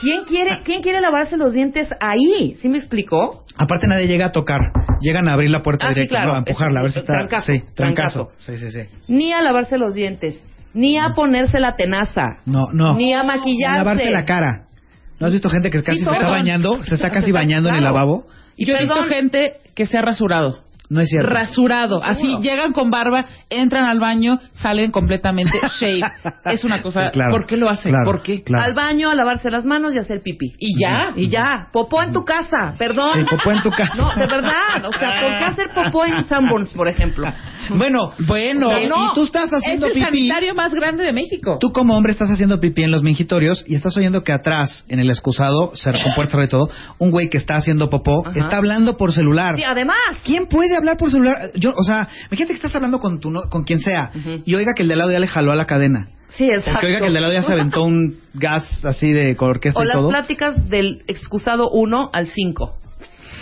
[SPEAKER 4] ¿quién quiere, ¿quién quiere lavarse los dientes ahí? ¿Sí me explicó?
[SPEAKER 6] Aparte nadie llega a tocar, llegan a abrir la puerta
[SPEAKER 4] Ah, sí,
[SPEAKER 6] directa,
[SPEAKER 4] claro.
[SPEAKER 6] ¿no? a empujarla, a ver si está...
[SPEAKER 4] Trancazo,
[SPEAKER 6] sí, trancazo.
[SPEAKER 4] trancazo.
[SPEAKER 6] Sí, sí, sí.
[SPEAKER 4] Ni a lavarse los dientes, ni a ponerse la tenaza,
[SPEAKER 6] No, no.
[SPEAKER 4] ni a maquillarse.
[SPEAKER 6] Lavarse la cara. ¿No has visto gente que casi se está
[SPEAKER 4] todos.
[SPEAKER 6] bañando? Se está casi bañando en el
[SPEAKER 4] Claro.
[SPEAKER 6] lavabo.
[SPEAKER 7] Y yo he visto
[SPEAKER 4] perdón.
[SPEAKER 7] gente que se ha rasurado.
[SPEAKER 6] No es cierto.
[SPEAKER 7] Rasurado. Así llegan con barba, entran al baño, salen completamente shave. Es una cosa.
[SPEAKER 6] Sí, claro.
[SPEAKER 7] ¿Por qué lo hacen?
[SPEAKER 6] Claro,
[SPEAKER 7] ¿Por qué?
[SPEAKER 6] claro.
[SPEAKER 4] Al baño, a lavarse las manos y a hacer pipí.
[SPEAKER 7] Y ya.
[SPEAKER 4] Y ya, popó en tu casa, perdón.
[SPEAKER 6] Sí, popó en tu casa.
[SPEAKER 4] No, de verdad, o sea, ¿por qué hacer popó en Sanborns, por ejemplo?
[SPEAKER 6] Bueno,
[SPEAKER 7] Bueno,
[SPEAKER 6] y- y tú estás
[SPEAKER 4] Este
[SPEAKER 6] haciendo
[SPEAKER 7] es el
[SPEAKER 6] pipí.
[SPEAKER 7] sanitario más grande de México.
[SPEAKER 6] Tú como hombre estás haciendo pipí en los mingitorios y estás oyendo que atrás, en el excusado, se con puertas y todo, un güey que está haciendo popó
[SPEAKER 4] Ajá.
[SPEAKER 6] está hablando por celular.
[SPEAKER 4] Sí, además,
[SPEAKER 6] ¿Quién puede hablar por celular? Yo, o sea, imagínate que estás hablando con tu no- con quien sea
[SPEAKER 4] Ujú.
[SPEAKER 6] y oiga que el de al lado ya le jaló a la cadena.
[SPEAKER 4] Sí,
[SPEAKER 6] O
[SPEAKER 4] exacto.
[SPEAKER 6] que oiga que el de al lado ya se aventó un gas así de con orquesta
[SPEAKER 4] O
[SPEAKER 6] y
[SPEAKER 4] las
[SPEAKER 6] todo.
[SPEAKER 4] pláticas del excusado 1 al 5.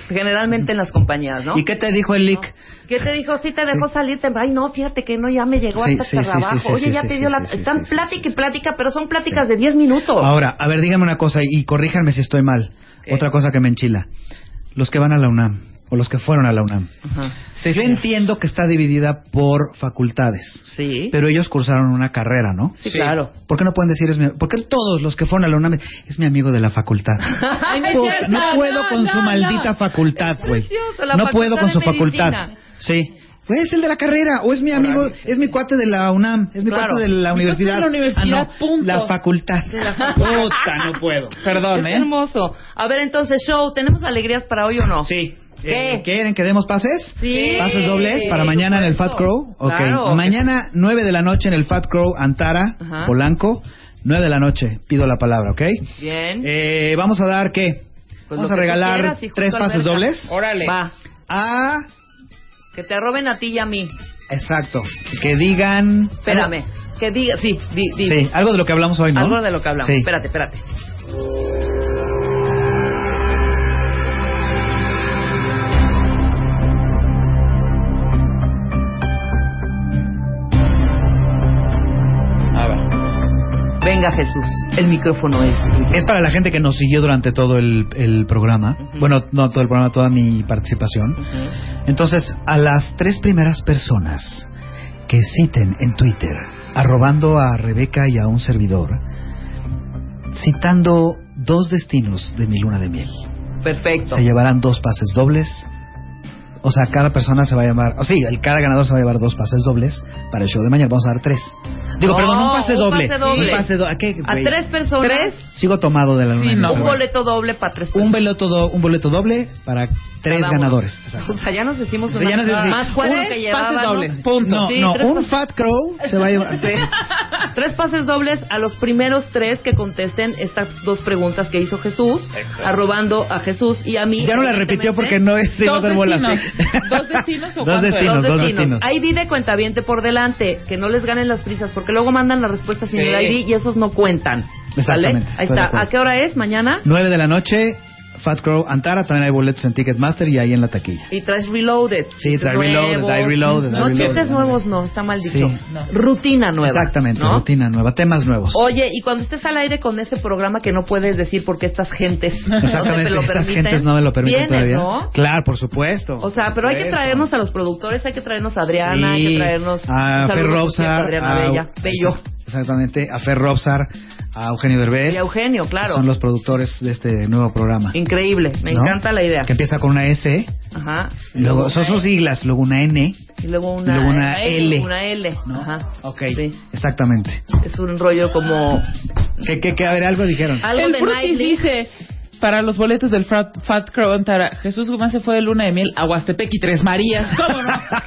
[SPEAKER 4] Generalmente en las compañías, ¿no?
[SPEAKER 6] ¿Y qué te dijo el leak?
[SPEAKER 4] ¿Qué te dijo? Sí, te dejó salir. te- Ay, no, fíjate que no, ya me llegó
[SPEAKER 6] Sí,
[SPEAKER 4] hasta
[SPEAKER 6] sí,
[SPEAKER 4] hasta
[SPEAKER 6] sí,
[SPEAKER 4] abajo.
[SPEAKER 6] sí, sí,
[SPEAKER 4] Oye,
[SPEAKER 6] sí,
[SPEAKER 4] ya
[SPEAKER 6] sí,
[SPEAKER 4] te
[SPEAKER 6] sí,
[SPEAKER 4] dio la.
[SPEAKER 6] sí, sí,
[SPEAKER 4] Están
[SPEAKER 6] sí, sí,
[SPEAKER 4] plática
[SPEAKER 6] sí,
[SPEAKER 4] y
[SPEAKER 6] sí.
[SPEAKER 4] plática, pero son pláticas de 10 minutos.
[SPEAKER 6] Ahora, a ver, dígame una cosa y, y corríjanme si estoy mal.
[SPEAKER 4] Ok.
[SPEAKER 6] Otra cosa que me enchila. Los que van a la UNAM o los que fueron a la UNAM.
[SPEAKER 4] Ajá.
[SPEAKER 6] Yo entiendo que está dividida por facultades,
[SPEAKER 4] Sí.
[SPEAKER 6] pero ellos cursaron una carrera, ¿no?
[SPEAKER 4] sí, claro.
[SPEAKER 6] ¿Por qué no pueden decir es mi ¿Por qué todos los que fueron a la UNAM es mi amigo de la facultad?
[SPEAKER 4] Ay, no es
[SPEAKER 6] Puta,
[SPEAKER 4] cierto.
[SPEAKER 6] no puedo con su
[SPEAKER 4] no,
[SPEAKER 6] maldita facultad,
[SPEAKER 4] Es
[SPEAKER 6] güey.
[SPEAKER 4] precioso, la
[SPEAKER 6] No
[SPEAKER 4] facultad
[SPEAKER 6] puedo con
[SPEAKER 4] de
[SPEAKER 6] su
[SPEAKER 4] medicina.
[SPEAKER 6] facultad. Sí. Güey, es el de la carrera, o es mi amigo, es mi cuate de la UNAM, es mi
[SPEAKER 4] Claro.
[SPEAKER 6] cuate de la
[SPEAKER 7] Mi cuate de
[SPEAKER 6] universidad.
[SPEAKER 7] la universidad,
[SPEAKER 6] Ah, no,
[SPEAKER 7] punto.
[SPEAKER 6] La facultad. Puta, no puedo.
[SPEAKER 7] Perdón,
[SPEAKER 4] Es
[SPEAKER 7] ¿eh?
[SPEAKER 4] hermoso. A ver, entonces, show, ¿tenemos alegrías para hoy o no?
[SPEAKER 6] Sí.
[SPEAKER 4] ¿Qué?
[SPEAKER 6] Eh, ¿Quieren que demos pases?
[SPEAKER 4] Sí.
[SPEAKER 6] ¿Pases dobles para
[SPEAKER 4] Sí,
[SPEAKER 6] mañana en el Fat
[SPEAKER 4] supuesto.
[SPEAKER 6] Crow? Ok.
[SPEAKER 4] Claro.
[SPEAKER 6] Mañana, 9 de la noche en el Fat Crow, Antara,
[SPEAKER 4] Ajá.
[SPEAKER 6] Polanco. 9 de la noche, pido la palabra, ¿ok?
[SPEAKER 4] Bien.
[SPEAKER 6] Eh, vamos a dar, ¿qué?
[SPEAKER 4] Pues
[SPEAKER 6] vamos
[SPEAKER 4] lo
[SPEAKER 6] a
[SPEAKER 4] que tú
[SPEAKER 6] regalar
[SPEAKER 4] quieras, hijo,
[SPEAKER 6] tres
[SPEAKER 4] tú,
[SPEAKER 6] pases
[SPEAKER 4] Alberta.
[SPEAKER 6] dobles.
[SPEAKER 7] Órale.
[SPEAKER 4] Va.
[SPEAKER 6] A...
[SPEAKER 4] Que te roben a ti y a mí.
[SPEAKER 6] Exacto. Que digan...
[SPEAKER 4] Espérame. Que diga, sí, di, di.
[SPEAKER 6] Sí, algo de lo que hablamos hoy, ¿no?
[SPEAKER 4] Algo de lo que hablamos.
[SPEAKER 6] Sí.
[SPEAKER 4] Espérate, espérate.
[SPEAKER 6] Ah,
[SPEAKER 4] Venga, Jesús. El micrófono es tuyo.
[SPEAKER 6] Es para la gente que nos siguió durante todo el, el programa.
[SPEAKER 4] Ujú.
[SPEAKER 6] Bueno, no todo el programa, toda mi participación. Entonces, a las tres primeras personas que citen en Twitter, arrobando a Rebeca y a un servidor, citando dos destinos de mi luna de miel,
[SPEAKER 4] Perfecto.
[SPEAKER 6] se llevarán dos pases dobles. O sea, cada persona se va a llevar, o sí, el, cada ganador se va a llevar dos pases dobles para el show de mañana. Vamos a dar tres. Digo,
[SPEAKER 4] No,
[SPEAKER 6] perdón, un pase
[SPEAKER 4] un
[SPEAKER 6] doble.
[SPEAKER 4] pase doble.
[SPEAKER 6] Un pase do- ¿a qué,
[SPEAKER 4] A
[SPEAKER 6] güey?
[SPEAKER 4] tres personas.
[SPEAKER 6] Sigo tomado de la luna.
[SPEAKER 7] Sí,
[SPEAKER 6] de
[SPEAKER 7] no,
[SPEAKER 6] miel.
[SPEAKER 4] Un
[SPEAKER 7] Bueno.
[SPEAKER 4] boleto doble para tres personas.
[SPEAKER 6] un boleto, do- un boleto doble para tres
[SPEAKER 4] Cada uno.
[SPEAKER 6] ganadores. Exacto.
[SPEAKER 4] O sea, ya nos hicimos
[SPEAKER 6] O sea, ya
[SPEAKER 4] una-
[SPEAKER 6] nos hicimos-
[SPEAKER 4] más
[SPEAKER 6] sí.
[SPEAKER 4] cuatro
[SPEAKER 7] Tres
[SPEAKER 4] que
[SPEAKER 7] pases
[SPEAKER 4] llevábamos.
[SPEAKER 7] dobles, punto.
[SPEAKER 6] No,
[SPEAKER 4] Sí,
[SPEAKER 6] no,
[SPEAKER 4] tres
[SPEAKER 6] un
[SPEAKER 4] pases-
[SPEAKER 6] Fat Crow se va a llevar.
[SPEAKER 4] Tres pases dobles a los primeros tres que contesten estas dos preguntas que hizo Jesús, arrobando a Jesús y a mí.
[SPEAKER 6] Ya no la
[SPEAKER 4] evidentemente.
[SPEAKER 6] repitió porque no es iba a
[SPEAKER 7] Dos
[SPEAKER 6] hacer bolas.
[SPEAKER 7] destinos. ¿Dos destinos o
[SPEAKER 6] Dos
[SPEAKER 7] cuánto era?
[SPEAKER 6] destinos,
[SPEAKER 4] Dos
[SPEAKER 6] dos
[SPEAKER 4] destinos.
[SPEAKER 6] destinos.
[SPEAKER 4] Hay ID de cuentaviente por delante, que no les ganen las prisas, porque luego mandan la respuesta sin
[SPEAKER 7] Sí.
[SPEAKER 4] el ID y esos no cuentan. ¿Sale?
[SPEAKER 6] Exactamente,
[SPEAKER 4] Ahí
[SPEAKER 6] estoy de
[SPEAKER 4] está.
[SPEAKER 6] acuerdo.
[SPEAKER 4] ¿A qué hora es? ¿Mañana?
[SPEAKER 6] 9 de la noche, Fat Crow Antara. También hay boletos en Ticketmaster y ahí en la taquilla.
[SPEAKER 4] Y traes Reloaded.
[SPEAKER 6] Sí, trae
[SPEAKER 4] Nuevos.
[SPEAKER 6] Reloaded, trae Reloaded, trae
[SPEAKER 4] No,
[SPEAKER 6] Reloaded.
[SPEAKER 4] chistes nuevos no, está mal dicho.
[SPEAKER 6] Sí.
[SPEAKER 7] No.
[SPEAKER 4] Rutina nueva.
[SPEAKER 6] Exactamente,
[SPEAKER 4] ¿no?
[SPEAKER 6] rutina nueva, temas nuevos.
[SPEAKER 4] Oye, y cuando estés al aire con ese programa que no puedes decir porque estas gentes no te
[SPEAKER 6] Exactamente,
[SPEAKER 4] lo
[SPEAKER 6] estas
[SPEAKER 4] permiten,
[SPEAKER 6] gentes no me lo permiten
[SPEAKER 4] vienes,
[SPEAKER 6] todavía.
[SPEAKER 4] ¿no?
[SPEAKER 6] Claro, por supuesto.
[SPEAKER 4] O sea, pero hay que
[SPEAKER 6] Por supuesto.
[SPEAKER 4] traernos a los productores, hay que traernos a Adriana, hay
[SPEAKER 6] Sí,
[SPEAKER 4] que traernos
[SPEAKER 6] a
[SPEAKER 4] un saludo,
[SPEAKER 6] Fer
[SPEAKER 4] por cierto, a
[SPEAKER 6] Robsar,
[SPEAKER 4] Adriana
[SPEAKER 6] a-
[SPEAKER 4] Bella, Bello.
[SPEAKER 6] Exactamente, a Fer Robsar, a Eugenio Derbez.
[SPEAKER 4] Y a Eugenio, claro.
[SPEAKER 6] que Son los productores de este nuevo programa.
[SPEAKER 4] Increíble, me
[SPEAKER 6] ¿no?
[SPEAKER 4] encanta la idea. E.
[SPEAKER 6] Que empieza con una S,
[SPEAKER 4] Ajá. eh,
[SPEAKER 6] luego son sus siglas, luego una N.
[SPEAKER 4] y luego una,
[SPEAKER 6] luego una L.
[SPEAKER 4] Una L.
[SPEAKER 6] ¿no?
[SPEAKER 4] Ajá.
[SPEAKER 6] Ok,
[SPEAKER 4] Sí.
[SPEAKER 6] exactamente.
[SPEAKER 4] Es un rollo como
[SPEAKER 6] Que, que, que, a ver, algo dijeron.
[SPEAKER 4] algo
[SPEAKER 7] el
[SPEAKER 4] de
[SPEAKER 7] Brutis
[SPEAKER 4] Nightly.
[SPEAKER 7] dice, para los boletos del Fat, Fat Crow Antara, Jesús Guzmán se fue de luna de miel a Huastepec y Tres Marías. ¿Cómo no?
[SPEAKER 4] Ya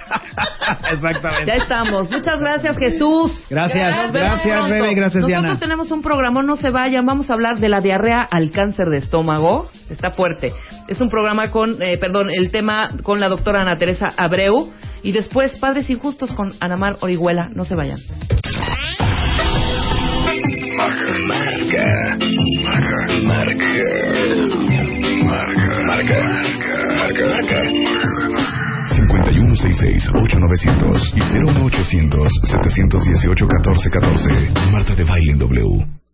[SPEAKER 6] Exactamente.
[SPEAKER 4] estamos. Muchas gracias, Jesús.
[SPEAKER 6] Gracias,
[SPEAKER 4] Nos vemos
[SPEAKER 6] gracias
[SPEAKER 4] pronto.
[SPEAKER 6] Rebe, y gracias
[SPEAKER 4] Nosotros
[SPEAKER 6] Diana.
[SPEAKER 4] tenemos un programa, no se vayan. Vamos a hablar de la diarrea al cáncer de estómago. Está fuerte. Es un programa con, eh, perdón, el tema con la doctora Ana Teresa Abreu. Y después, Padres Injustos con Anamar Orihuela. No se vayan.
[SPEAKER 1] Marca, marca, marca, marca, marca, marca, marca. 5166-8900 y 01800-718-1414. Marta de Baile en W.